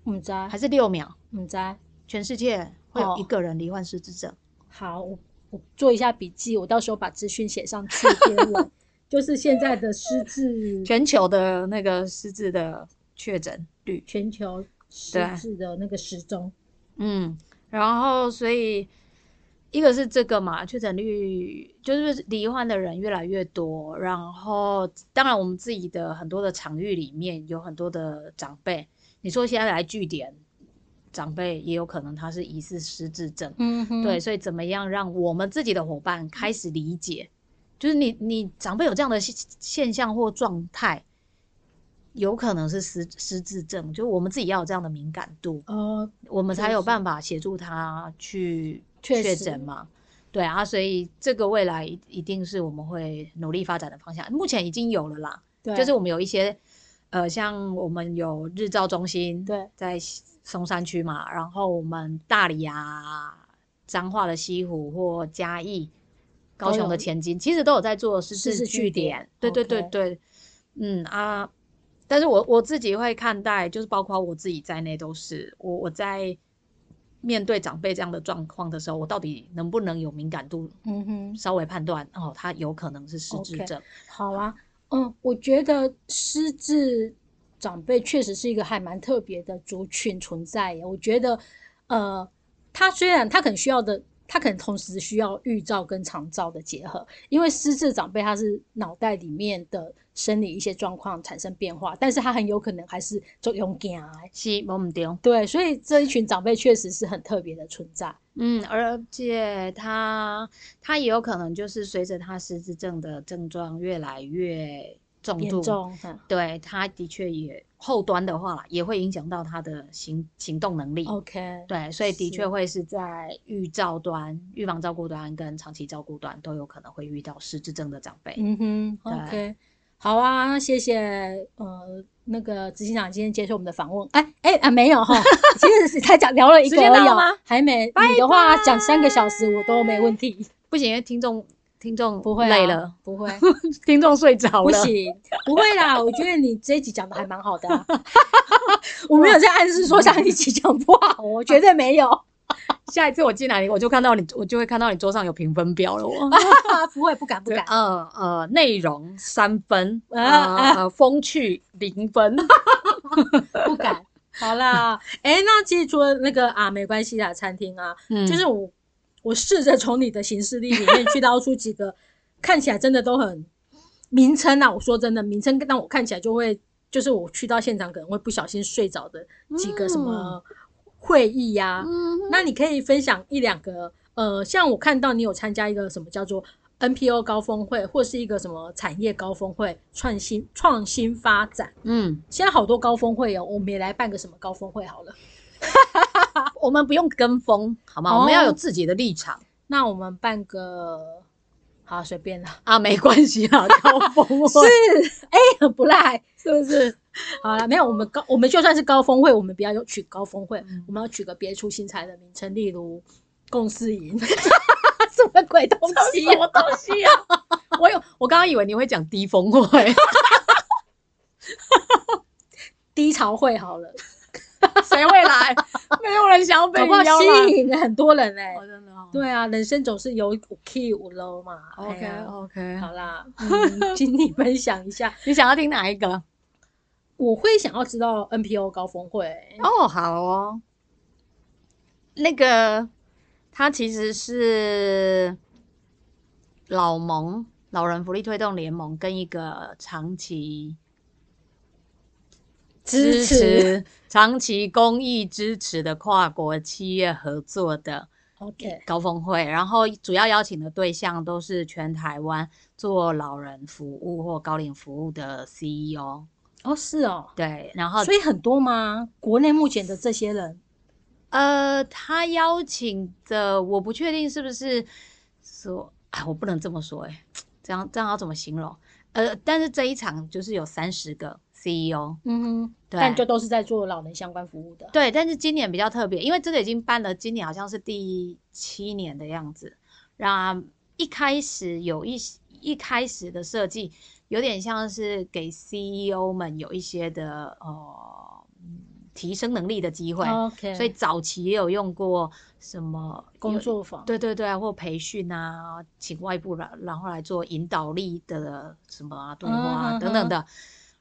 Speaker 2: 我们在
Speaker 3: 还，是六秒？
Speaker 2: 我们在。
Speaker 3: 全世界会有一
Speaker 2: 哦
Speaker 3: 个人罹患失智症。
Speaker 2: 好，我我做一下笔记，我到时候把资讯写上去贴 文，就是现在的失智
Speaker 3: 全球的那个失智的确诊率，
Speaker 2: 全球失
Speaker 3: 对
Speaker 2: 智的那个时钟。
Speaker 3: 嗯，然后所以一个是这个嘛，确诊率就是罹患的人越来越多，然后当然我们自己的很多的场域里面有很多的长辈，你说现在来据点，长辈也有可能他是疑似失智症，
Speaker 2: 嗯哼
Speaker 3: 对，所以怎么样让我们自己的伙伴开始理解，就是你你长辈有这样的现现象或状态。有可能是失失智症，就我们自己要有这样的敏感度，
Speaker 2: 哦，
Speaker 3: 我们
Speaker 2: 确
Speaker 3: 才有
Speaker 2: 实
Speaker 3: 办法协助他去
Speaker 2: 确
Speaker 3: 确
Speaker 2: 实
Speaker 3: 诊嘛。对啊，所以这个未来一一定是我们会努力发展的方向。目前已经有了啦，
Speaker 2: 对，
Speaker 3: 就是我们有一些，呃，像我们有日照中心，
Speaker 2: 对，
Speaker 3: 在西松山区嘛，然后我们大理啊、彰化的西湖或嘉义、高
Speaker 2: 都
Speaker 3: 雄
Speaker 2: 有
Speaker 3: 的前金，其实都有在做失
Speaker 2: 失
Speaker 3: 智
Speaker 2: 智
Speaker 3: 据
Speaker 2: 据
Speaker 3: 点
Speaker 2: 点。
Speaker 3: 对对对
Speaker 2: OK
Speaker 3: 对，嗯啊，但是我我自己会看待，就是包括我自己在内都是，我我在面对长辈这样的状况的时候，我到底能不能有敏感度，
Speaker 2: 嗯哼，
Speaker 3: 稍微判断哦，他有可能是失智
Speaker 2: OK
Speaker 3: 症。
Speaker 2: 好啊，嗯，我觉得失智长辈确实是一个还蛮特别的族群存在耶。我觉得，呃，他虽然他可能需要的，他可能同时需要预兆跟长照的结合，因为失智长辈他是脑袋里面的生理一些状况产生变化，但是他很有可能还是做勇敢的。
Speaker 3: 是，我们丢。
Speaker 2: 对，所以这一群长辈确实是很特别的存在。
Speaker 3: 嗯，而且他他也有可能就是随着他失智症的症状越来越重
Speaker 2: 严
Speaker 3: 度，
Speaker 2: 重，嗯
Speaker 3: 对他的确也后端的话啦，也会影响到他的行行动能力。
Speaker 2: ，OK，
Speaker 3: 对，所以的确
Speaker 2: 是
Speaker 3: 会哦是在预兆端、预防照顾端跟长期照顾端都有可能会遇到失智症的长辈。
Speaker 2: 嗯哼
Speaker 3: 对
Speaker 2: ，OK，好啊，那谢谢呃那个执行长今天接受我们的访问。哎哎啊，没有哈， 其实才讲聊了一
Speaker 3: 时
Speaker 2: 个
Speaker 3: 间
Speaker 2: 而已
Speaker 3: 到了
Speaker 2: 哦
Speaker 3: 吗
Speaker 2: 还没。你的话讲三个小时我都没问题，
Speaker 3: 不行，因为听众听众
Speaker 2: 不会啊
Speaker 3: 累了，，
Speaker 2: 不 会，
Speaker 3: 听众睡着
Speaker 2: 不
Speaker 3: 了。
Speaker 2: 行，不会啦。我觉得你这一集讲的还蛮好的 啊，我没有在暗示说上一集讲不好，我绝对 没有，
Speaker 3: 下一次我进来，我就看到你，我就会看到你桌上有评分表了。我。
Speaker 2: 不会，不敢，不
Speaker 3: 对
Speaker 2: 敢。
Speaker 3: 呃呃，内容三分，
Speaker 2: 啊
Speaker 3: 呃呃，风趣零 分。
Speaker 2: 不敢。好啦， 哎、那其实除了那个啊，没关系啦，餐厅啊，
Speaker 3: 嗯
Speaker 2: 就是我我试着从你的行事历里面去捞出几个看起来真的都很名称啊，我说真的，名称让我看起来就会，就是我去到现场可能会不小心睡着的几个什么。会议呀、
Speaker 3: 嗯哼，
Speaker 2: 那你可以分享一两个，呃，像我看到你有参加一个什么叫做 NPO 高峰会，或是一个什么产业高峰会，创新创新发展。
Speaker 3: 嗯，
Speaker 2: 现在好多高峰会哦，我们也来办个什么高峰会好了。
Speaker 3: 啊我们不用跟风，好吗？我们
Speaker 2: 哦
Speaker 3: 要有自己的立场
Speaker 2: 那我们办个，好随便啦，
Speaker 3: 啊，没关系啊，高 峰会
Speaker 2: 是， 哎、很不赖。
Speaker 3: 是不是？
Speaker 2: 好了，没有，我们高，我们就算是高峰会，我们不要有取高峰会，
Speaker 3: 嗯
Speaker 2: 我们要取个别出心裁的名称，例如共事营。
Speaker 3: 什么鬼东西、
Speaker 2: 什么
Speaker 3: 东西啊？我有，我刚刚以为你会讲低峰会，
Speaker 2: 低潮会好了，
Speaker 3: 谁会来？ 没有人想要被
Speaker 2: 搞
Speaker 3: 你
Speaker 2: 不好
Speaker 3: 邀
Speaker 2: 吸
Speaker 3: 来。
Speaker 2: 引很多人哎、
Speaker 3: 哦真的哦
Speaker 2: 对啊，人生总是有有 key 有 low 嘛。哎呀
Speaker 3: OK，哦
Speaker 2: 好啦，嗯请你分享一下。
Speaker 3: 你想要听哪一个？
Speaker 2: 我会想要知道 NPO 高峰会
Speaker 3: 哦，好哦，那个它其实是老盟老人福利推动联盟跟一个长期
Speaker 2: 支持。
Speaker 3: 长期公益支持的跨国企业合作的
Speaker 2: OK，
Speaker 3: 高峰会，然后主要邀请的对象都是全台湾做老人服务或高龄服务的 CEO。
Speaker 2: 哦是哦，
Speaker 3: 对，然后
Speaker 2: 所以很多吗？国内目前的这些人，
Speaker 3: 呃，他邀请的我不确定是不是说，哎，我不能这么说、哎，这样这样要怎么形容？呃，但是这一场就是有三十个 CEO，
Speaker 2: 嗯哼，
Speaker 3: 对
Speaker 2: 但就都是在做老人相关服务的。
Speaker 3: 对，但是今年比较特别，因为这个已经办了，今年好像是第七年的样子。那一开始有一些一开始的设计，有点像是给 CEO 们有一些的呃嗯提升能力的机会，
Speaker 2: OK，
Speaker 3: 所以早期也有用过什么
Speaker 2: 嗯工
Speaker 3: 有
Speaker 2: 作坊
Speaker 3: 对对对啊，或培训啊，请外部然然后来做引导力的什么啊对话啊、
Speaker 2: 嗯哼
Speaker 3: 等等的。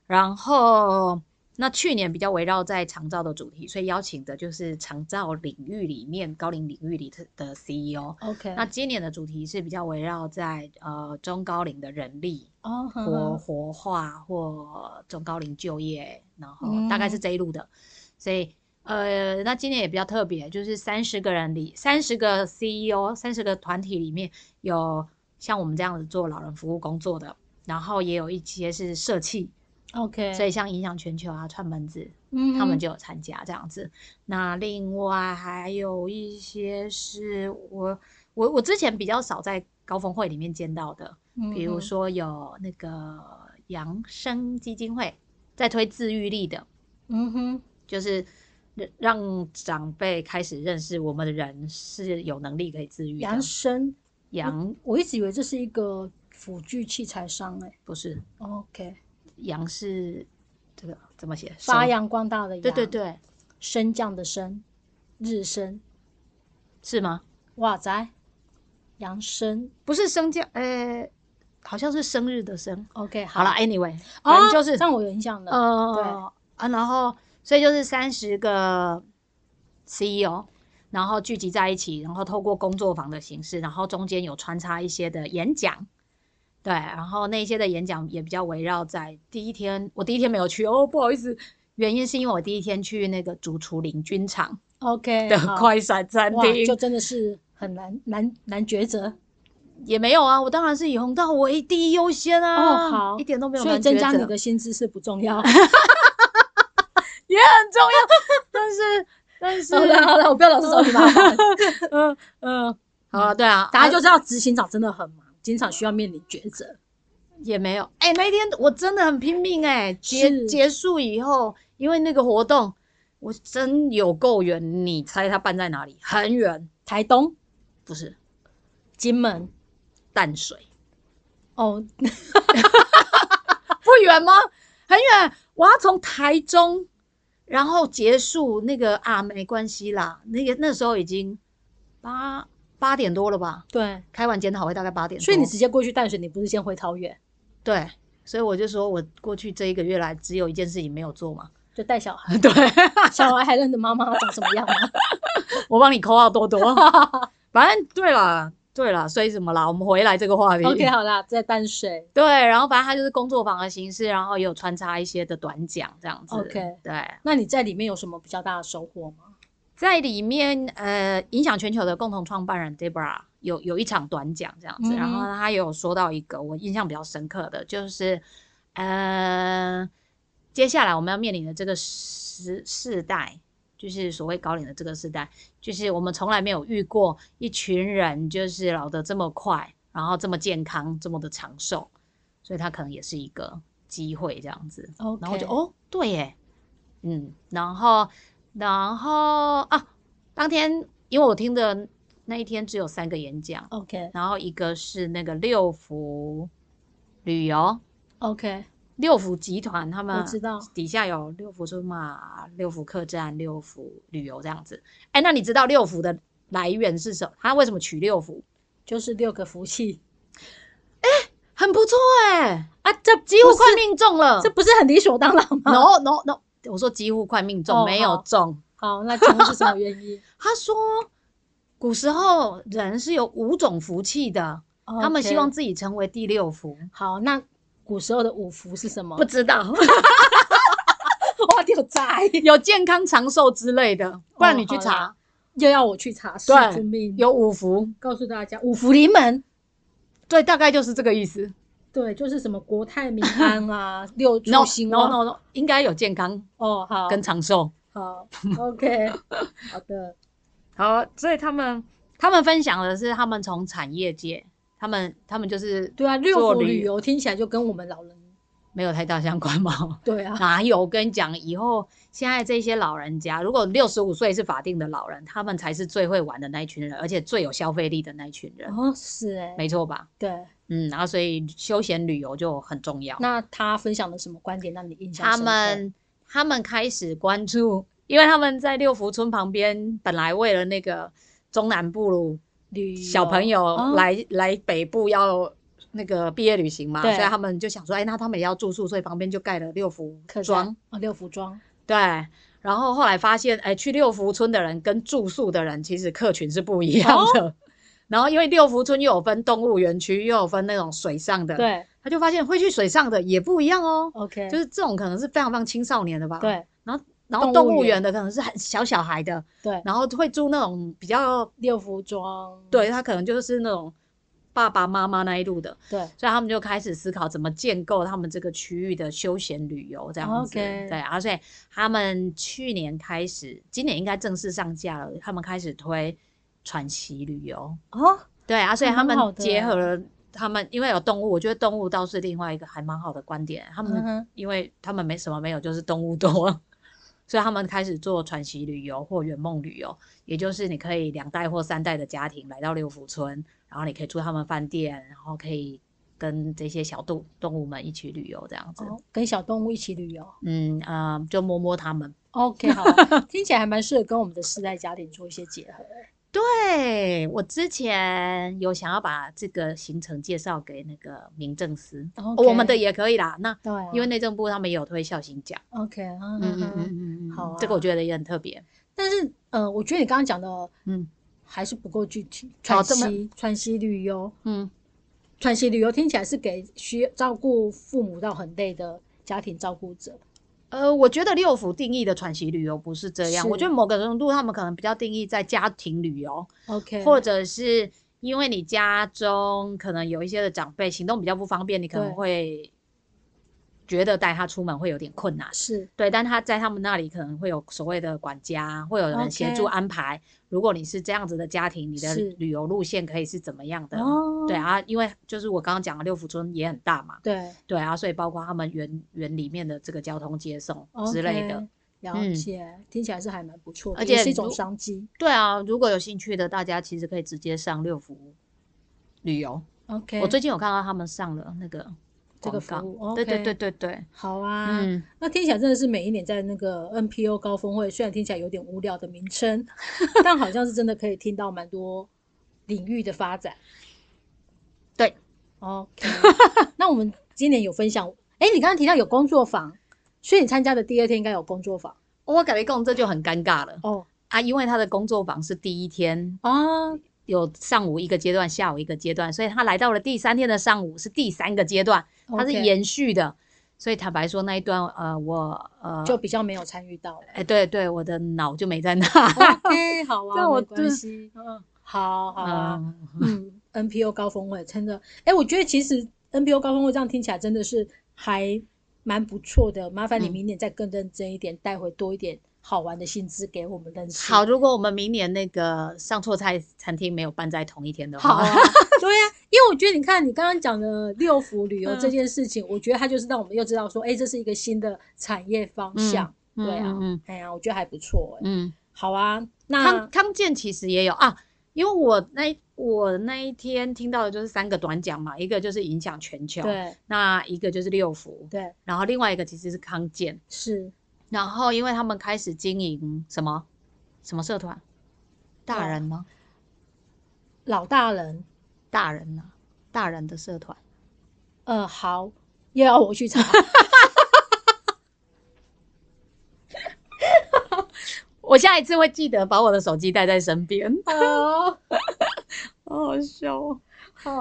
Speaker 3: 然后那去年比较围绕在长照的主题，所以邀请的就是长照领域里面高龄领域里的的 CEO。
Speaker 2: OK，
Speaker 3: 那今年的主题是比较围绕在呃中高龄的人力
Speaker 2: 哦，哼
Speaker 3: 活
Speaker 2: 哼
Speaker 3: 活化或中高龄就业，然后大概是
Speaker 2: 嗯
Speaker 3: 这一路的，所以呃，那今年也比较特别，就是三十个人里，三十个 CEO，三十个团体里面有像我们这样子做老人服务工作的，然后也有一些是社企，
Speaker 2: OK，嗯
Speaker 3: 所以像影响全球啊、串门子，
Speaker 2: 以
Speaker 3: 他们就有参加这样子。那另外还有一些是我我我之前比较少在高峰会里面见到的，
Speaker 2: 嗯
Speaker 3: 比如，说有那个养生基金会在推自愈力的，
Speaker 2: 嗯哼
Speaker 3: 就是让让长辈开始认识我们的人是有能力可以自愈
Speaker 2: 嗯哼，
Speaker 3: 的。
Speaker 2: 扬声，
Speaker 3: 养
Speaker 2: 我一直以为这是一个辅具器材商哎。
Speaker 3: 不是
Speaker 2: OK，
Speaker 3: 羊是这个怎么写？
Speaker 2: 发
Speaker 3: 手。
Speaker 2: 扬光大的扬，
Speaker 3: 对对，对，
Speaker 2: 升降的升，日升，
Speaker 3: 是吗？
Speaker 2: 哇塞，扬升。
Speaker 3: 不是升降，呃，好像是生日的生。
Speaker 2: OK，
Speaker 3: 好了，anyway，
Speaker 2: 哦，
Speaker 3: 反正就是、
Speaker 2: 让我有印象了。
Speaker 3: 呃啊，然后所以就是三十个 CEO，然后聚集在一起，然后透过工作坊的形式，然后中间有穿插一些的演讲。对，然后那些的演讲也比较围绕在第一天，我第一天没有去哦，不好意思，原因是因为我第一天去那个主厨领军场 嗯
Speaker 2: OK，
Speaker 3: 的
Speaker 2: 好
Speaker 3: 快闪餐
Speaker 2: 哇，
Speaker 3: 厅
Speaker 2: 就，真的是很难难难抉择
Speaker 3: 也没有啊，我当然是以红到我一第一优先啊，
Speaker 2: 哦。好，
Speaker 3: 一点都没有
Speaker 2: 所以
Speaker 3: 难
Speaker 2: 增
Speaker 3: 抉
Speaker 2: 加你
Speaker 3: 择
Speaker 2: 的薪资是不重 要。
Speaker 3: 也很重要，但是但 是
Speaker 2: 好了好了，我不要老是找你麻烦。
Speaker 3: 嗯嗯，好啊，对啊，
Speaker 2: 大家
Speaker 3: 啊
Speaker 2: 就知道执行长真的很忙，经常需要面临抉择。
Speaker 3: 也没有。哎、那一天我真的很拼命哎、结
Speaker 2: 是
Speaker 3: 结束以后，因为那个活动，我真有够远。你猜它办在哪里？很远，
Speaker 2: 台东、
Speaker 3: 不是
Speaker 2: 金门，
Speaker 3: 淡水，
Speaker 2: 哦，
Speaker 3: 啊不远吗？很远，我要从台中，然后结束那个啊，没关系啦，那个那时候已经八八点多了吧，
Speaker 2: 对，
Speaker 3: 开完检讨会大概八点多，
Speaker 2: 所以你直接过去淡水，你不是先回桃园，
Speaker 3: 对，所以我就说我过去这一个月来只有一件事情没有做嘛，
Speaker 2: 就带小孩，
Speaker 3: 对。
Speaker 2: 小孩还认得妈妈长什么样吗？
Speaker 3: 我帮你扣号 多多。反正对啦，对啦，所以什么啦？我们回来这个话题。
Speaker 2: OK，好啦，在淡水。
Speaker 3: 对，然后反正它就是工作坊的形式，然后也有穿插一些的短讲这样子。
Speaker 2: OK
Speaker 3: 对，
Speaker 2: 那你在里面有什么比较大的收获吗？
Speaker 3: 在里面，呃，影响全球的共同创办人 Debra 有有一场短讲这样子，然后
Speaker 2: 嗯
Speaker 3: 他有说到一个我印象比较深刻的，就是，呃，接下来我们要面临的这个时世代，就是所谓高龄的这个世代，就是我们从来没有遇过一群人就是老得这么快，然后这么健康，这么的长寿，所以他可能也是一个机会这样子。
Speaker 2: OK，
Speaker 3: 然后我就哦，对耶，嗯，然后然后啊，当天因为我听的那一天只有三个演讲，
Speaker 2: ，OK
Speaker 3: 然后一个是那个六福旅游，
Speaker 2: OK，
Speaker 3: 六福集团他们
Speaker 2: 知道
Speaker 3: 底下有六福村嘛、六福客栈、六福旅游这样子。哎，那你知道六福的来源是什么？它为什么取六福？
Speaker 2: 就是六个福气，
Speaker 3: 很不错哎、啊，这几乎
Speaker 2: 不是
Speaker 3: 快命中了。
Speaker 2: 这不是很理所当然吗？
Speaker 3: no no no，我说几乎快命中，
Speaker 2: 哦
Speaker 3: 没有
Speaker 2: 好
Speaker 3: 中。
Speaker 2: 好，那请问是什么原因？
Speaker 3: 他说，古时候人是有五种福气的， 他们希
Speaker 2: OK
Speaker 3: 望自己成为第六福。
Speaker 2: 好，那古时候的五福是什么？
Speaker 3: 不知道
Speaker 2: 我丢在，
Speaker 3: 有健康长寿之类的，不然你去
Speaker 2: 好
Speaker 3: 查，
Speaker 2: 啦又要我去查四
Speaker 3: 对
Speaker 2: 福命，
Speaker 3: 有五福，
Speaker 2: 告诉大家五福临门，
Speaker 3: 对，大概就是这个意思。
Speaker 2: 对，就是什么国泰民安啊， 六畜
Speaker 3: No
Speaker 2: 兴
Speaker 3: no
Speaker 2: 旺。
Speaker 3: no no，应该有健康
Speaker 2: 哦，好，
Speaker 3: 跟长寿。
Speaker 2: 好 ，OK，好的，
Speaker 3: 好，所以他们他们分享的是他们从产业界，他们他们就是
Speaker 2: 对啊，六
Speaker 3: 做
Speaker 2: 福
Speaker 3: 旅
Speaker 2: 旅游听起来就跟我们老人
Speaker 3: 没有太大相关嘛。
Speaker 2: 对啊，
Speaker 3: 哪有？我跟你讲，以后现在这些老人家，如果六十五岁是法定的老人，他们才是最会玩的那一群人，而且最有消费力的那一群人，
Speaker 2: 哦是哎，
Speaker 3: 没错吧？
Speaker 2: 对，
Speaker 3: 嗯，然后所以休闲旅游就很重要。
Speaker 2: 那他分享的什么观点让你印象
Speaker 3: 他
Speaker 2: 深刻？
Speaker 3: 们他们开始关注，因为他们在六福村旁边，本来为了那个中南部
Speaker 2: 旅游
Speaker 3: 小朋友
Speaker 2: 哦
Speaker 3: 来、来北部要。那个毕业旅行嘛，所
Speaker 2: 对
Speaker 3: 以他们就想说，哎，那他们也要住宿，所以旁边就盖了六福
Speaker 2: 客
Speaker 3: 庄
Speaker 2: 栈，哦，六福庄
Speaker 3: 对，然后后来发现，哎，去六福村的人跟住宿的人其实客群是不一样的。 然后因为六福村又有分动物园区，又有分那种水上的，，
Speaker 2: 对
Speaker 3: 他就发现会去水上的也不一样哦。
Speaker 2: ，OK，
Speaker 3: 就是这种可能是非常非常青少年的吧，。
Speaker 2: 对
Speaker 3: 然后
Speaker 2: 动物
Speaker 3: 动物园
Speaker 2: 园
Speaker 3: 的可能是很小小孩的，
Speaker 2: 对，
Speaker 3: 然后会住那种比较，
Speaker 2: 六福庄，
Speaker 3: 对他可能就是那种爸爸妈妈那一路的，
Speaker 2: 对
Speaker 3: 所以他们就开始思考怎么建构他们这个区域的休闲旅游这样子。
Speaker 2: 哦 OK
Speaker 3: 对，而且他们去年开始，今年应该正式上架了，他们开始推传奇旅游。
Speaker 2: 哦，
Speaker 3: 对啊，所以
Speaker 2: 还
Speaker 3: 他
Speaker 2: 蛮
Speaker 3: 们
Speaker 2: 好的
Speaker 3: 结
Speaker 2: 欸
Speaker 3: 合了他们，因为有动物，我觉得动物倒是另外一个还蛮好的观点。他们、
Speaker 2: 嗯哼
Speaker 3: 因为他们没什么没有，就是动物多。啊所以他们开始做传奇旅游或圆梦旅游，也就是你可以两代或三代的家庭来到六福村，然后你可以住他们饭店，然后可以跟这些小动动物们一起旅游这样子。
Speaker 2: 哦，跟小动物一起旅游
Speaker 3: 嗯啊、呃就摸摸它们。
Speaker 2: ，OK，好 啊，听起来还蛮适合跟我们的世代家庭做一些结合。
Speaker 3: 对我之前有想要把这个行程介绍给那个民政司
Speaker 2: OK
Speaker 3: 哦我们的也可以啦。那
Speaker 2: 对啊，
Speaker 3: 因为内政部他们也有推孝行奖，
Speaker 2: OK，嗯嗯
Speaker 3: 嗯嗯
Speaker 2: 嗯。
Speaker 3: 嗯嗯，
Speaker 2: 好啊
Speaker 3: 这个我觉得也很特别，
Speaker 2: 但是，呃，我觉得你刚刚讲的
Speaker 3: 嗯
Speaker 2: 还是不够具体。
Speaker 3: 哦
Speaker 2: 喘
Speaker 3: 这么
Speaker 2: 息，喘息旅游，
Speaker 3: 嗯，
Speaker 2: 喘息旅游听起来是给需照顾父母到很累的家庭照顾者。
Speaker 3: 呃，我觉得六福定义的喘息旅游不是这样，
Speaker 2: 是
Speaker 3: 我觉得某个程度他们可能比较定义在家庭旅游，
Speaker 2: OK，
Speaker 3: 或者是因为你家中可能有一些的长辈行动比较不方便，你可能
Speaker 2: 对
Speaker 3: 会觉得带他出门会有点困难。
Speaker 2: 是
Speaker 3: 对，但他在他们那里可能会有所谓的管家，会有人协助
Speaker 2: OK
Speaker 3: 安排。如果你是这样子的家庭，你的
Speaker 2: 是
Speaker 3: 旅游路线可以是怎么样的？
Speaker 2: 哦，
Speaker 3: 对啊，因为就是我刚刚讲的六福村也很大嘛，
Speaker 2: 对，
Speaker 3: 对啊，所以包括他们园园里面的这个交通接送之类的。
Speaker 2: OK，了
Speaker 3: 嗯
Speaker 2: 解，听起来是还蛮不错的，
Speaker 3: 而且
Speaker 2: 也是一
Speaker 3: 如
Speaker 2: 种商机。
Speaker 3: 对啊，如果有兴趣的大家其实可以直接上六福旅游。
Speaker 2: OK，
Speaker 3: 我最近有看到他们上了那个
Speaker 2: 这个
Speaker 3: 广告
Speaker 2: 服务
Speaker 3: 对对
Speaker 2: OK
Speaker 3: 对对对，
Speaker 2: 好啊。
Speaker 3: 嗯，
Speaker 2: 那听起来真的是每一年在那个 NPO 高峰会，虽然听起来有点无聊的名称，但好像是真的可以听到蛮多领域的发展。
Speaker 3: 对，
Speaker 2: OK，那 我们今年有分享，哎、你刚刚提到有工作坊，所以你参加的第二天应该有工作坊
Speaker 3: 我感觉共这就很尴尬了
Speaker 2: 哦
Speaker 3: 啊，因为他的工作坊是第一天
Speaker 2: 啊，
Speaker 3: 有上午一个阶段，下午一个阶段，所以他来到了第三天的上午是第三个阶段，它是
Speaker 2: OK
Speaker 3: 延续的。所以坦白说那一段呃我呃
Speaker 2: 就比较没有参与 到了。
Speaker 3: 哎对对我的脑就没在那，
Speaker 2: OK，好 啊，
Speaker 3: 这样我
Speaker 2: 没关系，嗯，好好啊，
Speaker 3: 嗯
Speaker 2: 嗯，NPO 高峰会真的，哎、我觉得其实 NPO 高峰会这样听起来真的是还蛮不错的，麻烦你
Speaker 3: 嗯
Speaker 2: 明年再更认真一点，带回多一点好玩的薪资给我们认识。
Speaker 3: 好，，如果我们明年那个上错菜餐厅没有办在同一天的
Speaker 2: 好
Speaker 3: 话，
Speaker 2: 啊， 对呀、因为我觉得你看你刚刚讲的六福旅游
Speaker 3: 嗯
Speaker 2: 这件事情，我觉得它就是让我们又知道说，哎、这是一个新的产业方
Speaker 3: 嗯
Speaker 2: 向。对啊，
Speaker 3: 嗯
Speaker 2: 哎呀，我觉得还不错、哎，
Speaker 3: 嗯，
Speaker 2: 好啊，
Speaker 3: 康
Speaker 2: 那
Speaker 3: 康健其实也有啊，因为我那我那一天听到的就是三个短讲嘛，一个就是影响全球，
Speaker 2: 对
Speaker 3: 那一个就是六福，
Speaker 2: 对
Speaker 3: 然后另外一个其实是康健，
Speaker 2: 是
Speaker 3: 然后因为他们开始经营什么什么社团，大
Speaker 2: 哦
Speaker 3: 人吗？
Speaker 2: 老大人。
Speaker 3: 大人呢、大人的社团，
Speaker 2: 呃，好，又要我去 查。
Speaker 3: 我下一次会记得把我的手机带在身边，
Speaker 2: 好，
Speaker 3: 好好笑哦。呃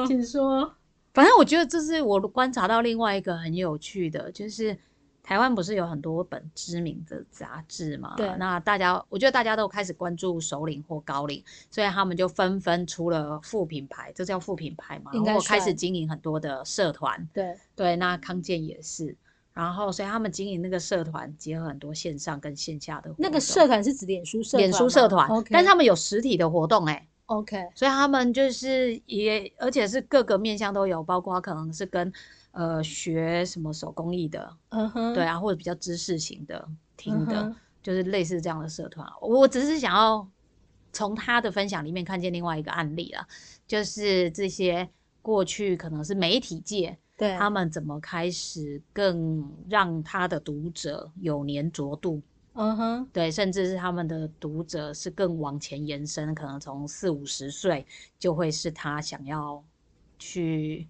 Speaker 2: 好，请说。
Speaker 3: 反正我觉得这是我观察到另外一个很有趣的，就是台湾不是有很多本知名的杂志嘛？
Speaker 2: 对
Speaker 3: 那大家我觉得大家都开始关注首领或高领，所以他们就纷纷出了副品牌，这叫副品牌嘛？
Speaker 2: 应
Speaker 3: 然
Speaker 2: 该
Speaker 3: 后开始
Speaker 2: 算
Speaker 3: 经营很多的社团，
Speaker 2: 对，
Speaker 3: 对，那康健也是。然后，所以他们经营那个社团，结合很多线上跟线下的活动
Speaker 2: 那个社团是指脸书社
Speaker 3: 脸书社团，
Speaker 2: o k
Speaker 3: 但是他们有实体的活动、欸，哎，
Speaker 2: OK，
Speaker 3: 所以他们就是也，而且是各个面向都有，包括可能是跟呃学什么手工艺的，
Speaker 2: 嗯哼，
Speaker 3: 对，啊，或者比较知识型的听
Speaker 2: 嗯
Speaker 3: 的，
Speaker 2: 哼，
Speaker 3: 就是类似这样的社团。我只是想要从他的分享里面看见另外一个案例啦，就是这些过去可能是媒体界，
Speaker 2: 对，
Speaker 3: 他们怎么开始更让他的读者有粘着度，
Speaker 2: 嗯哼，
Speaker 3: 对，甚至是他们的读者是更往前延伸，可能从四五十岁就会是他想要去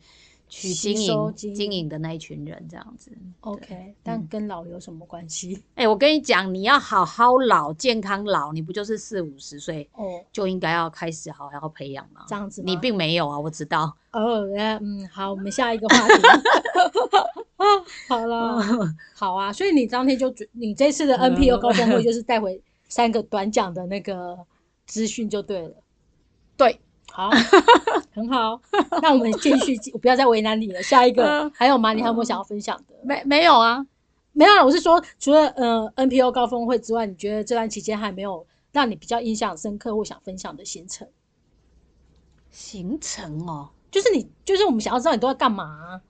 Speaker 3: 去
Speaker 2: 吸
Speaker 3: 经
Speaker 2: 收
Speaker 3: 营
Speaker 2: 经
Speaker 3: 经
Speaker 2: 营
Speaker 3: 营的那一群人这样子。嗯
Speaker 2: ，OK，但跟老有什么关系？
Speaker 3: 哎、我跟你讲，你要好好老，健康老，你不就是四五十岁
Speaker 2: 哦，
Speaker 3: 就应该要开始好好培养吗？
Speaker 2: 这样子吗
Speaker 3: 你并没有啊，我知道。
Speaker 2: 哦，呃嗯，好，我们下一个 话题。 好
Speaker 3: 嗯
Speaker 2: 了，好啊，所以你当天就决你这次的 NPO 高峰会就是带回三个短讲的那个资讯就对了。
Speaker 3: 对，
Speaker 2: 好，很好。那我们继续，我不要再为难你了。下一个
Speaker 3: 嗯
Speaker 2: 还有吗？你还有没有想要分享的？
Speaker 3: 没没有啊？
Speaker 2: 没有啊，我是说，除了呃 NPO 高峰会之外，你觉得这段期间还没有让你比较印象深刻或想分享的行程？
Speaker 3: 行程哦，
Speaker 2: 就是你，就是我们想要知道你都在干嘛啊、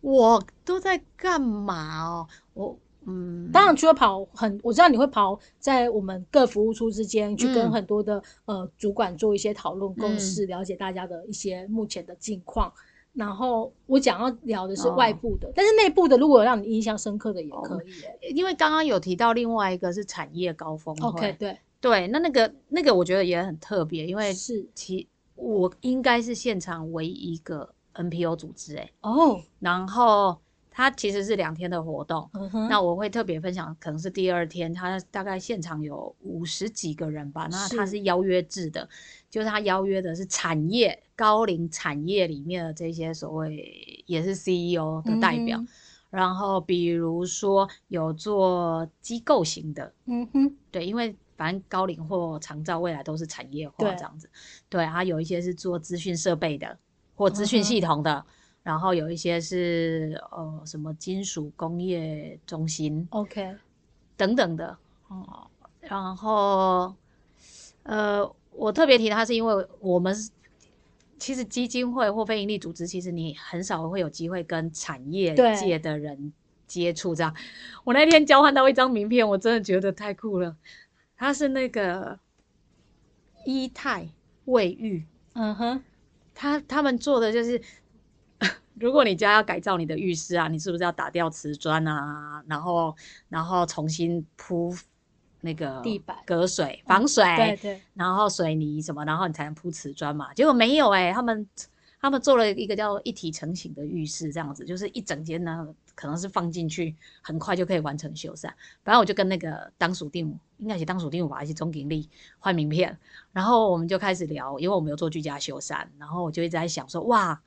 Speaker 3: 我都在干嘛哦？我嗯，
Speaker 2: 当然，除了跑很，我知道你会跑在我们各服务处之间去跟
Speaker 3: 嗯
Speaker 2: 很多的、呃主管做一些讨论共识，了解大家的一些目前的近况。然后我想要聊的是
Speaker 3: 哦
Speaker 2: 外部的，但是内部的如果有让你印象深刻的也
Speaker 3: 哦
Speaker 2: 可以耶、
Speaker 3: 因为刚刚有提到另外一个是产业高峰哦会
Speaker 2: OK，对，
Speaker 3: 对，那那个那个我觉得也很特别，因为
Speaker 2: 是
Speaker 3: 其我应该是现场唯一一个 NPO 组织哎、
Speaker 2: 哦，
Speaker 3: 然后它其实是两天的活动，
Speaker 2: 嗯哼，
Speaker 3: 那我会特别分享，可能是第二天，它大概现场有五十几个人吧，那它
Speaker 2: 是
Speaker 3: 是邀约制的，就是它邀约的是产业高龄产业里面的这些所谓也是 CEO 的代
Speaker 2: 嗯
Speaker 3: 表，然后比如说有做机构型的，
Speaker 2: 嗯哼，嗯
Speaker 3: 对，因为反正高龄或长照未来都是产业化
Speaker 2: 对
Speaker 3: 这样子，对，它有一些是做资讯设备的或资讯
Speaker 2: 嗯哼
Speaker 3: 系统的，然后有一些是呃什么金属工业中心
Speaker 2: 哼，OK，
Speaker 3: 等等的，哦、然后呃，我特别提它是因为我们是其实基金会或非营利组织，其实你很少会有机会跟产业
Speaker 2: 对
Speaker 3: 界的人接触。这样，我那天交换到一张名片，我真的觉得太酷了。它是那个伊泰卫浴，
Speaker 2: 嗯哼，
Speaker 3: 他他们做的就是， 如果你家要改造你的浴室啊，你是不是要打掉瓷砖啊，然后然后重新铺那个
Speaker 2: 地板哦
Speaker 3: 隔水、防水，
Speaker 2: 对对，
Speaker 3: 然后水泥什么，然后你才能铺瓷砖嘛。结果没有哎、他们他们做了一个叫一体成型的浴室，这样子就是一整间呢，可能是放进去，很快就可以完成修缮。反正我就跟那个当属定应该是当属定吧，还是钟景丽换名片，然后我们就开始聊，因为我们有做居家修缮，然后我就一直在想说，哇，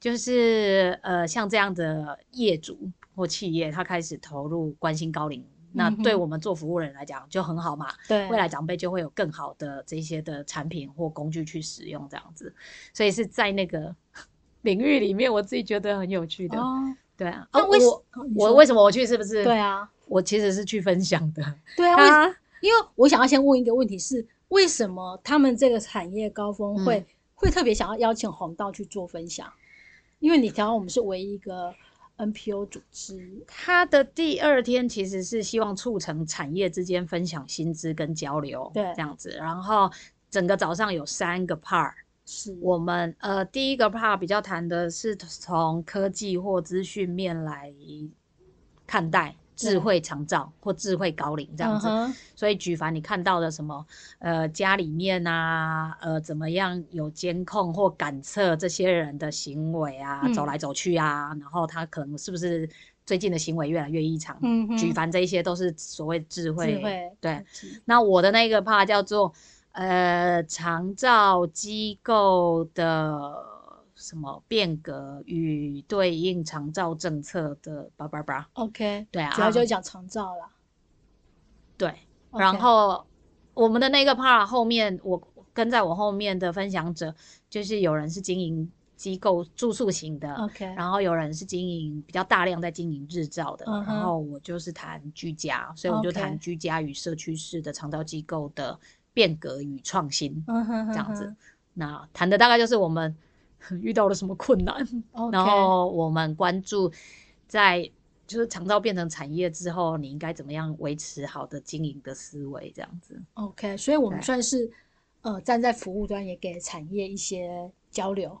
Speaker 3: 就是呃像这样的业主或企业，他开始投入关心高龄，那对
Speaker 2: 嗯哼
Speaker 3: 我们做服务人来讲就很好嘛。
Speaker 2: 对，
Speaker 3: 未来长辈就会有更好的这些的产品或工具去使用，这样子。所以是在那个 领域里面，我自己觉得很有趣的。
Speaker 2: 哦，
Speaker 3: 对啊，
Speaker 2: 那
Speaker 3: 啊
Speaker 2: 为什
Speaker 3: 我
Speaker 2: 哦你
Speaker 3: 我
Speaker 2: 说
Speaker 3: 为什么我去？是不是？
Speaker 2: 对，啊，
Speaker 3: 我其实是去分 享的。
Speaker 2: 对啊，为
Speaker 3: 啊，
Speaker 2: 因为我想要先问一个问题是，为什么他们这个产业高峰会、
Speaker 3: 嗯
Speaker 2: 会特别想要邀请红道去做分享？因为你调我们是唯一一个 NPO 组织，
Speaker 3: 他的第二天其实是希望促成产业之间分享薪资跟交流，
Speaker 2: 对
Speaker 3: 这样子。然后整个早上有三个 part，
Speaker 2: 是
Speaker 3: 我们呃第一个 part 比较谈的是从科技或资讯面来看待智
Speaker 2: 对
Speaker 3: 慧长照或智慧高龄这样子。
Speaker 2: 嗯哼
Speaker 3: 所以举凡你看到的什么，呃，家里面啊，呃，怎么样有监控或感测这些人的行为啊，
Speaker 2: 嗯
Speaker 3: 走来走去啊，然后他可能是不是最近的行为越来越异常？
Speaker 2: 嗯哼
Speaker 3: 举凡这一些都是所谓智慧。
Speaker 2: 智慧
Speaker 3: 对
Speaker 2: 科技
Speaker 3: 那我的那个 part 叫做呃，长照机构的什么变革与对应长照政策的叭叭叭，
Speaker 2: ，OK，
Speaker 3: 对啊
Speaker 2: 主要就讲长照啦。
Speaker 3: 对。
Speaker 2: OK
Speaker 3: 然后我们的那个 part 后面，我跟在我后面的分享者，就是有人是经营机构住宿型的
Speaker 2: OK，
Speaker 3: 然后有人是经营比较大量在经营日照的
Speaker 2: 嗯哼
Speaker 3: 然后我就是谈居家，所以我就
Speaker 2: OK
Speaker 3: 谈居家与社区式的长照机构的变革与创新。
Speaker 2: 嗯哼
Speaker 3: 这样子，那谈的大概就是我们 遇到了什么困难
Speaker 2: 哼哼
Speaker 3: 然
Speaker 2: OK，
Speaker 3: 后我们关注在就是长照变成产业之后，你应该怎么样维持好的经营的思维，这样子。
Speaker 2: OK，所以我们
Speaker 3: 对
Speaker 2: 算是呃站在服务端，也给产业一些交流。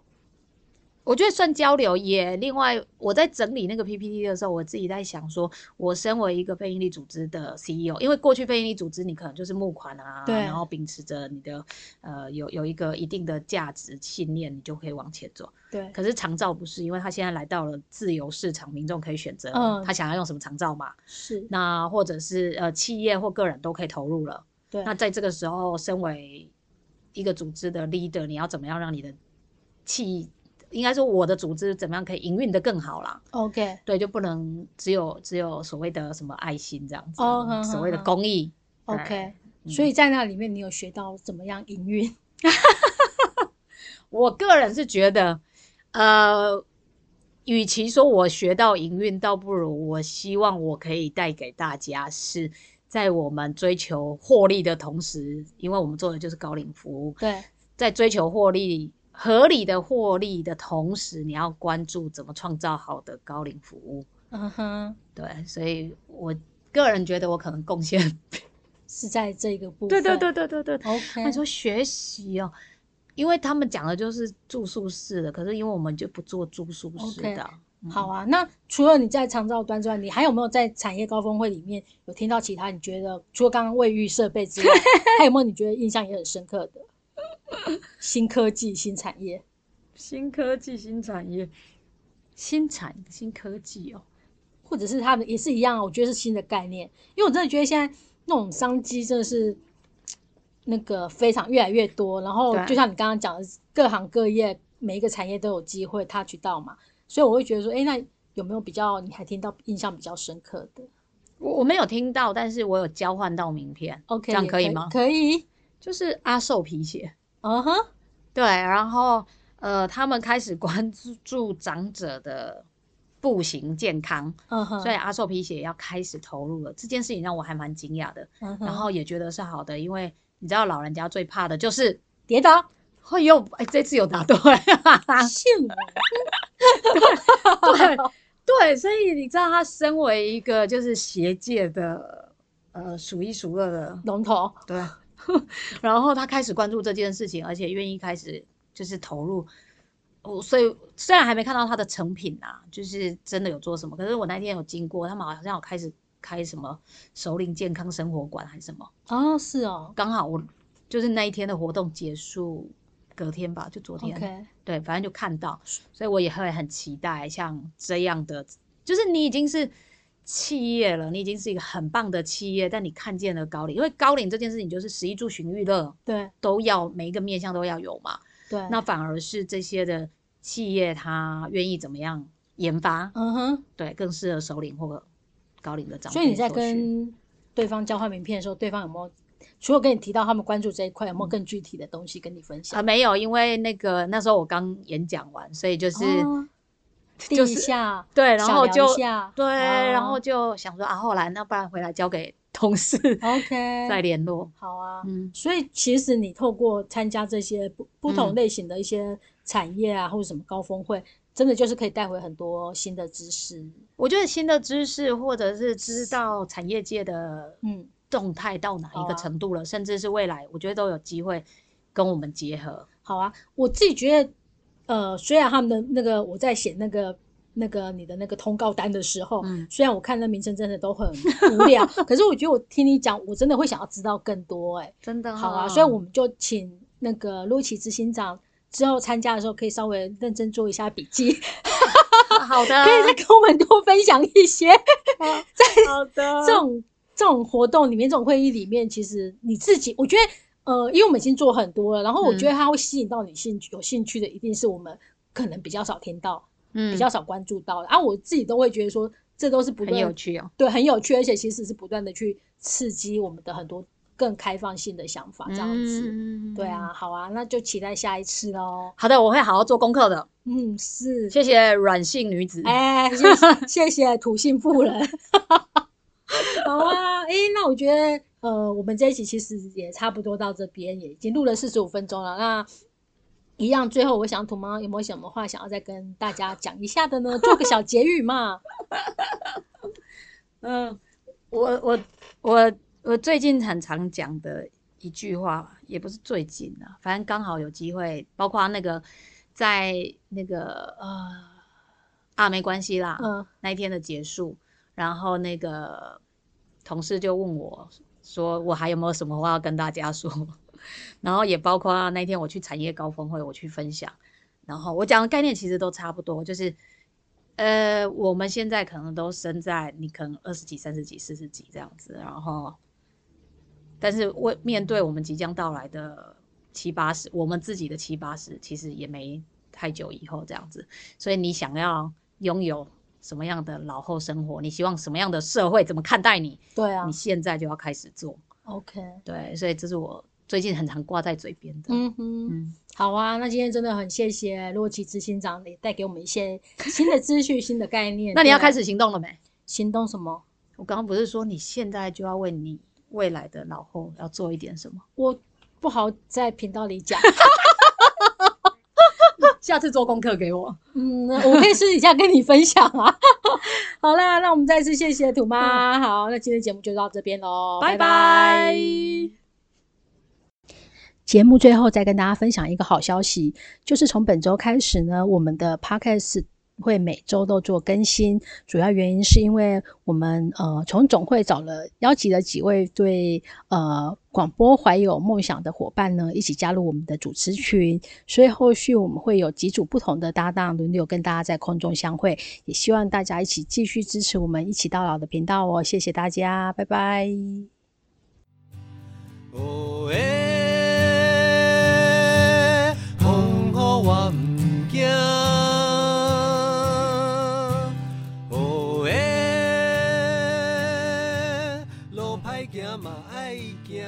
Speaker 3: 我觉得算交流也。另外，我在整理那个 PPT 的时候，我自己在想说，我身为一个非营利组织的 CEO，因为过去非营利组织你可能就是募款啊，
Speaker 2: 对
Speaker 3: 然后秉持着你的呃有有一个一定的价值信念，你就可以往前走。
Speaker 2: 对，
Speaker 3: 可是长照不是，因为他现在来到了自由市场，民众可以选择
Speaker 2: 嗯
Speaker 3: 他想要用什么长照嘛。
Speaker 2: 是，
Speaker 3: 那或者是呃企业或个人都可以投入了。
Speaker 2: 对，
Speaker 3: 那在这个时候，身为一个组织的 leader，你要怎么样让你的企，应该说我的组织怎么样可以营运的更好啦？
Speaker 2: OK，
Speaker 3: 对，就不能只有只有所谓的什么爱心这样子，
Speaker 2: 哦哼
Speaker 3: 所谓的
Speaker 2: 哼哼
Speaker 3: 公益。对
Speaker 2: OK，
Speaker 3: 嗯
Speaker 2: 所以在那里面你有学到怎么样营运？
Speaker 3: 我个人是觉得，呃，与其说我学到营运，倒不如我希望我可以带给大家是。在我们追求获利的同时，因为我们做的就是高龄服务，
Speaker 2: 对，
Speaker 3: 在追求获利、合理的获利的同时，你要关注怎么创造好的高龄服务。
Speaker 2: 嗯哼，
Speaker 3: 对，所以我个人觉得我可能贡献。
Speaker 2: 是在这个部分。
Speaker 3: 对对对对对对。
Speaker 2: ，OK，
Speaker 3: 那你说学习哦，因为他们讲的就是住宿式的，可是因为我们就不做住宿式的。嗯
Speaker 2: 好啊。那除了你在长照端之外，你还有没有在产业高峰会里面有听到其他你觉得除了刚刚卫浴设备 之外，还有没有你觉得印象也很深刻的新科技、新产业？
Speaker 3: 新科技、新产业、新产新科技哦。
Speaker 2: 或者是他们也是一样啊，我觉得是新的概念，因为我真的觉得现在那种商机真的是嗯那个非常越来越多，然后
Speaker 3: 对
Speaker 2: 就像你刚刚讲的，各行各业每一个产业都有机会 touch 到嘛，所以我会觉得说，哎，那有没有比较你还听到印象比较深刻的
Speaker 3: 我我没有听到，但是我有交换到名片
Speaker 2: ？OK，
Speaker 3: 这样
Speaker 2: 也
Speaker 3: 可以吗？
Speaker 2: 可以，
Speaker 3: 就是阿寿皮鞋。
Speaker 2: 嗯哼，
Speaker 3: 对，然后呃，他们开始关注长者的步行健康，
Speaker 2: 嗯哼，
Speaker 3: 所以阿寿皮鞋要开始投入了。这件事情让我还蛮惊讶的，
Speaker 2: 嗯哼，
Speaker 3: 然后也觉得是好的，因为你知道老人家最怕的就是。
Speaker 2: 跌倒，
Speaker 3: 哎呦，哎，这次有答对，
Speaker 2: 信我，
Speaker 3: 对对，所以你知道，他身为一个就是鞋界的呃数一数二的
Speaker 2: 龙头，
Speaker 3: 对， 然后他开始关注这件事情，而且愿意开始就是投入。我所以虽然还没看到他的成品啊，就是真的有做什么，可是我那天有经过，他们好像有开始开什么首领健康生活馆还是什么，
Speaker 2: 哦，是哦
Speaker 3: 刚好我就是那一天的活动结束，隔天吧，就昨天
Speaker 2: ，OK，
Speaker 3: 对，反正就看到，所以我也会很期待像这样的，就是你已经是企业了，你已经是一个很棒的企业，但你看见了高龄，因为高龄这件事情就是食衣住行娱乐
Speaker 2: 对
Speaker 3: 都要每一个面向都要有嘛，
Speaker 2: 对，
Speaker 3: 那反而是这些的企业它愿意怎么样研发，
Speaker 2: 嗯哼，
Speaker 3: 对，更适合首领或高龄的长辈。
Speaker 2: 所以你在跟对方交换名片的时候，对方有没有除了跟你提到他们关注这一块，有没有更具体的东西跟你分
Speaker 3: 嗯啊、
Speaker 2: 享？
Speaker 3: 没有，因为那个那时候我刚演讲完，所以就是、
Speaker 2: 哦递
Speaker 3: 就
Speaker 2: 一
Speaker 3: 是
Speaker 2: 下，
Speaker 3: 对，然
Speaker 2: 小
Speaker 3: 后
Speaker 2: 聊一
Speaker 3: 就
Speaker 2: 下
Speaker 3: 对，然
Speaker 2: 哦
Speaker 3: 后就想说啊，后来那不然回来交给同 事
Speaker 2: OK，
Speaker 3: 再联络。
Speaker 2: 好啊。
Speaker 3: 嗯，
Speaker 2: 所以其实你透过参加这些不不同类型的一些产业啊，或者什么高峰会，真的就是可以带回很多新的知识。
Speaker 3: 我觉得新的知识或者是知道产业界的
Speaker 2: 嗯，
Speaker 3: 动态到哪一
Speaker 2: 好啊
Speaker 3: 个程度了，甚至是未来，我觉得都有机会跟我们结合。
Speaker 2: 好啊。我自己觉得，呃，虽然他们的那个我在写那个那个你的那个通告单的时候，
Speaker 3: 嗯
Speaker 2: 虽然我看那名称真的都很无聊， 可是我觉得我听你讲，我真的会想要知道更多、欸。
Speaker 3: 真的
Speaker 2: 好啊，
Speaker 3: 哦
Speaker 2: 所以我们就请那个陆奇执行长。之后参加的时候可以稍微认真做一下笔记，
Speaker 3: 好的，
Speaker 2: 可以再跟我们多分享一些。
Speaker 3: 啊 好的，
Speaker 2: 这种这种活动里面，这种会议里面，其实你自己，我觉得，呃，因为我们已经做很多了，然后我
Speaker 3: 嗯
Speaker 2: 觉得它会吸引到你兴趣、有兴趣的，一定是我们可能比较少听到、
Speaker 3: 比
Speaker 2: 比较少关注到的。啊，我自己都会觉得说，这都是不
Speaker 3: 嗯很
Speaker 2: 断
Speaker 3: 有趣哦。
Speaker 2: 对，很有趣，而且其实是不断的去刺激我们的很多更开放性的想法，这样子。
Speaker 3: 嗯
Speaker 2: 对啊，，好啊，那就期待下一次喽。
Speaker 3: 好的，我会好好做功课的。
Speaker 2: 嗯，是，
Speaker 3: 谢谢软性女子。
Speaker 2: 哎，谢谢谢谢土性妇人。 好啊，哎、那我觉得呃，我们这一期其实也差不多到这边，也已经录了四十五分钟了。那一样，最后我想土猫有没有什么话想要再跟大家讲一下的呢？做个小结语嘛。
Speaker 3: 嗯，我我我我最近很常讲的一句话，也不是最近啊，反正刚好有机会，包括那个在那个呃啊，没关系啦，
Speaker 2: 嗯
Speaker 3: 那一天的结束，然后那个同事就问我说，我还有没有什么话要跟大家说？ 然后也包括那天我去产业高峰会，我去分享，然后我讲的概念其实都差不多，就是，呃，我们现在可能都生在你可能二十几、三十几、四十几这样子，然后，但是为面对我们即将到来的七八十，我们自己的七八十，其实也没太久以后这样子，所以你想要拥有什么样的老后生活，你希望什么样的社会怎么看待你，
Speaker 2: 对啊
Speaker 3: 你现在就要开始做，
Speaker 2: ，OK，
Speaker 3: 对，所以这是我最近很常挂在嘴边的，
Speaker 2: 嗯哼。
Speaker 3: 嗯
Speaker 2: 好啊，那今天真的很谢谢洛奇执行长，也带给我们一些新的资讯、新的概念。
Speaker 3: 那你要
Speaker 2: 对啊
Speaker 3: 开始行动了没？
Speaker 2: 行动什么？
Speaker 3: 我刚刚不是说你现在就要为你未来的老后要做一点什么？
Speaker 2: 我不好在频道里讲。
Speaker 3: 下次做功课给我。
Speaker 2: 嗯，我可以私底下跟你分享啊。 好啦，那我们再次谢谢土妈。好，那今天节目就到这边喽，拜
Speaker 3: 拜拜
Speaker 2: 节目最后再跟大家分享一个好消息，就是从本周开始呢，我们的 podcast 会每周都做更新。主要原因是因为我们呃从总会找了邀集了几位对呃广播怀有梦想的伙伴呢，一起加入我们的主持群，所以后续我们会有几组不同的搭档轮流跟大家在空中相会，也希望大家一起继续支持我们一起到老的频道哦，谢谢大家，拜拜。
Speaker 1: 哦耶，风雨我毋惊。哦耶，路歹行嘛爱行。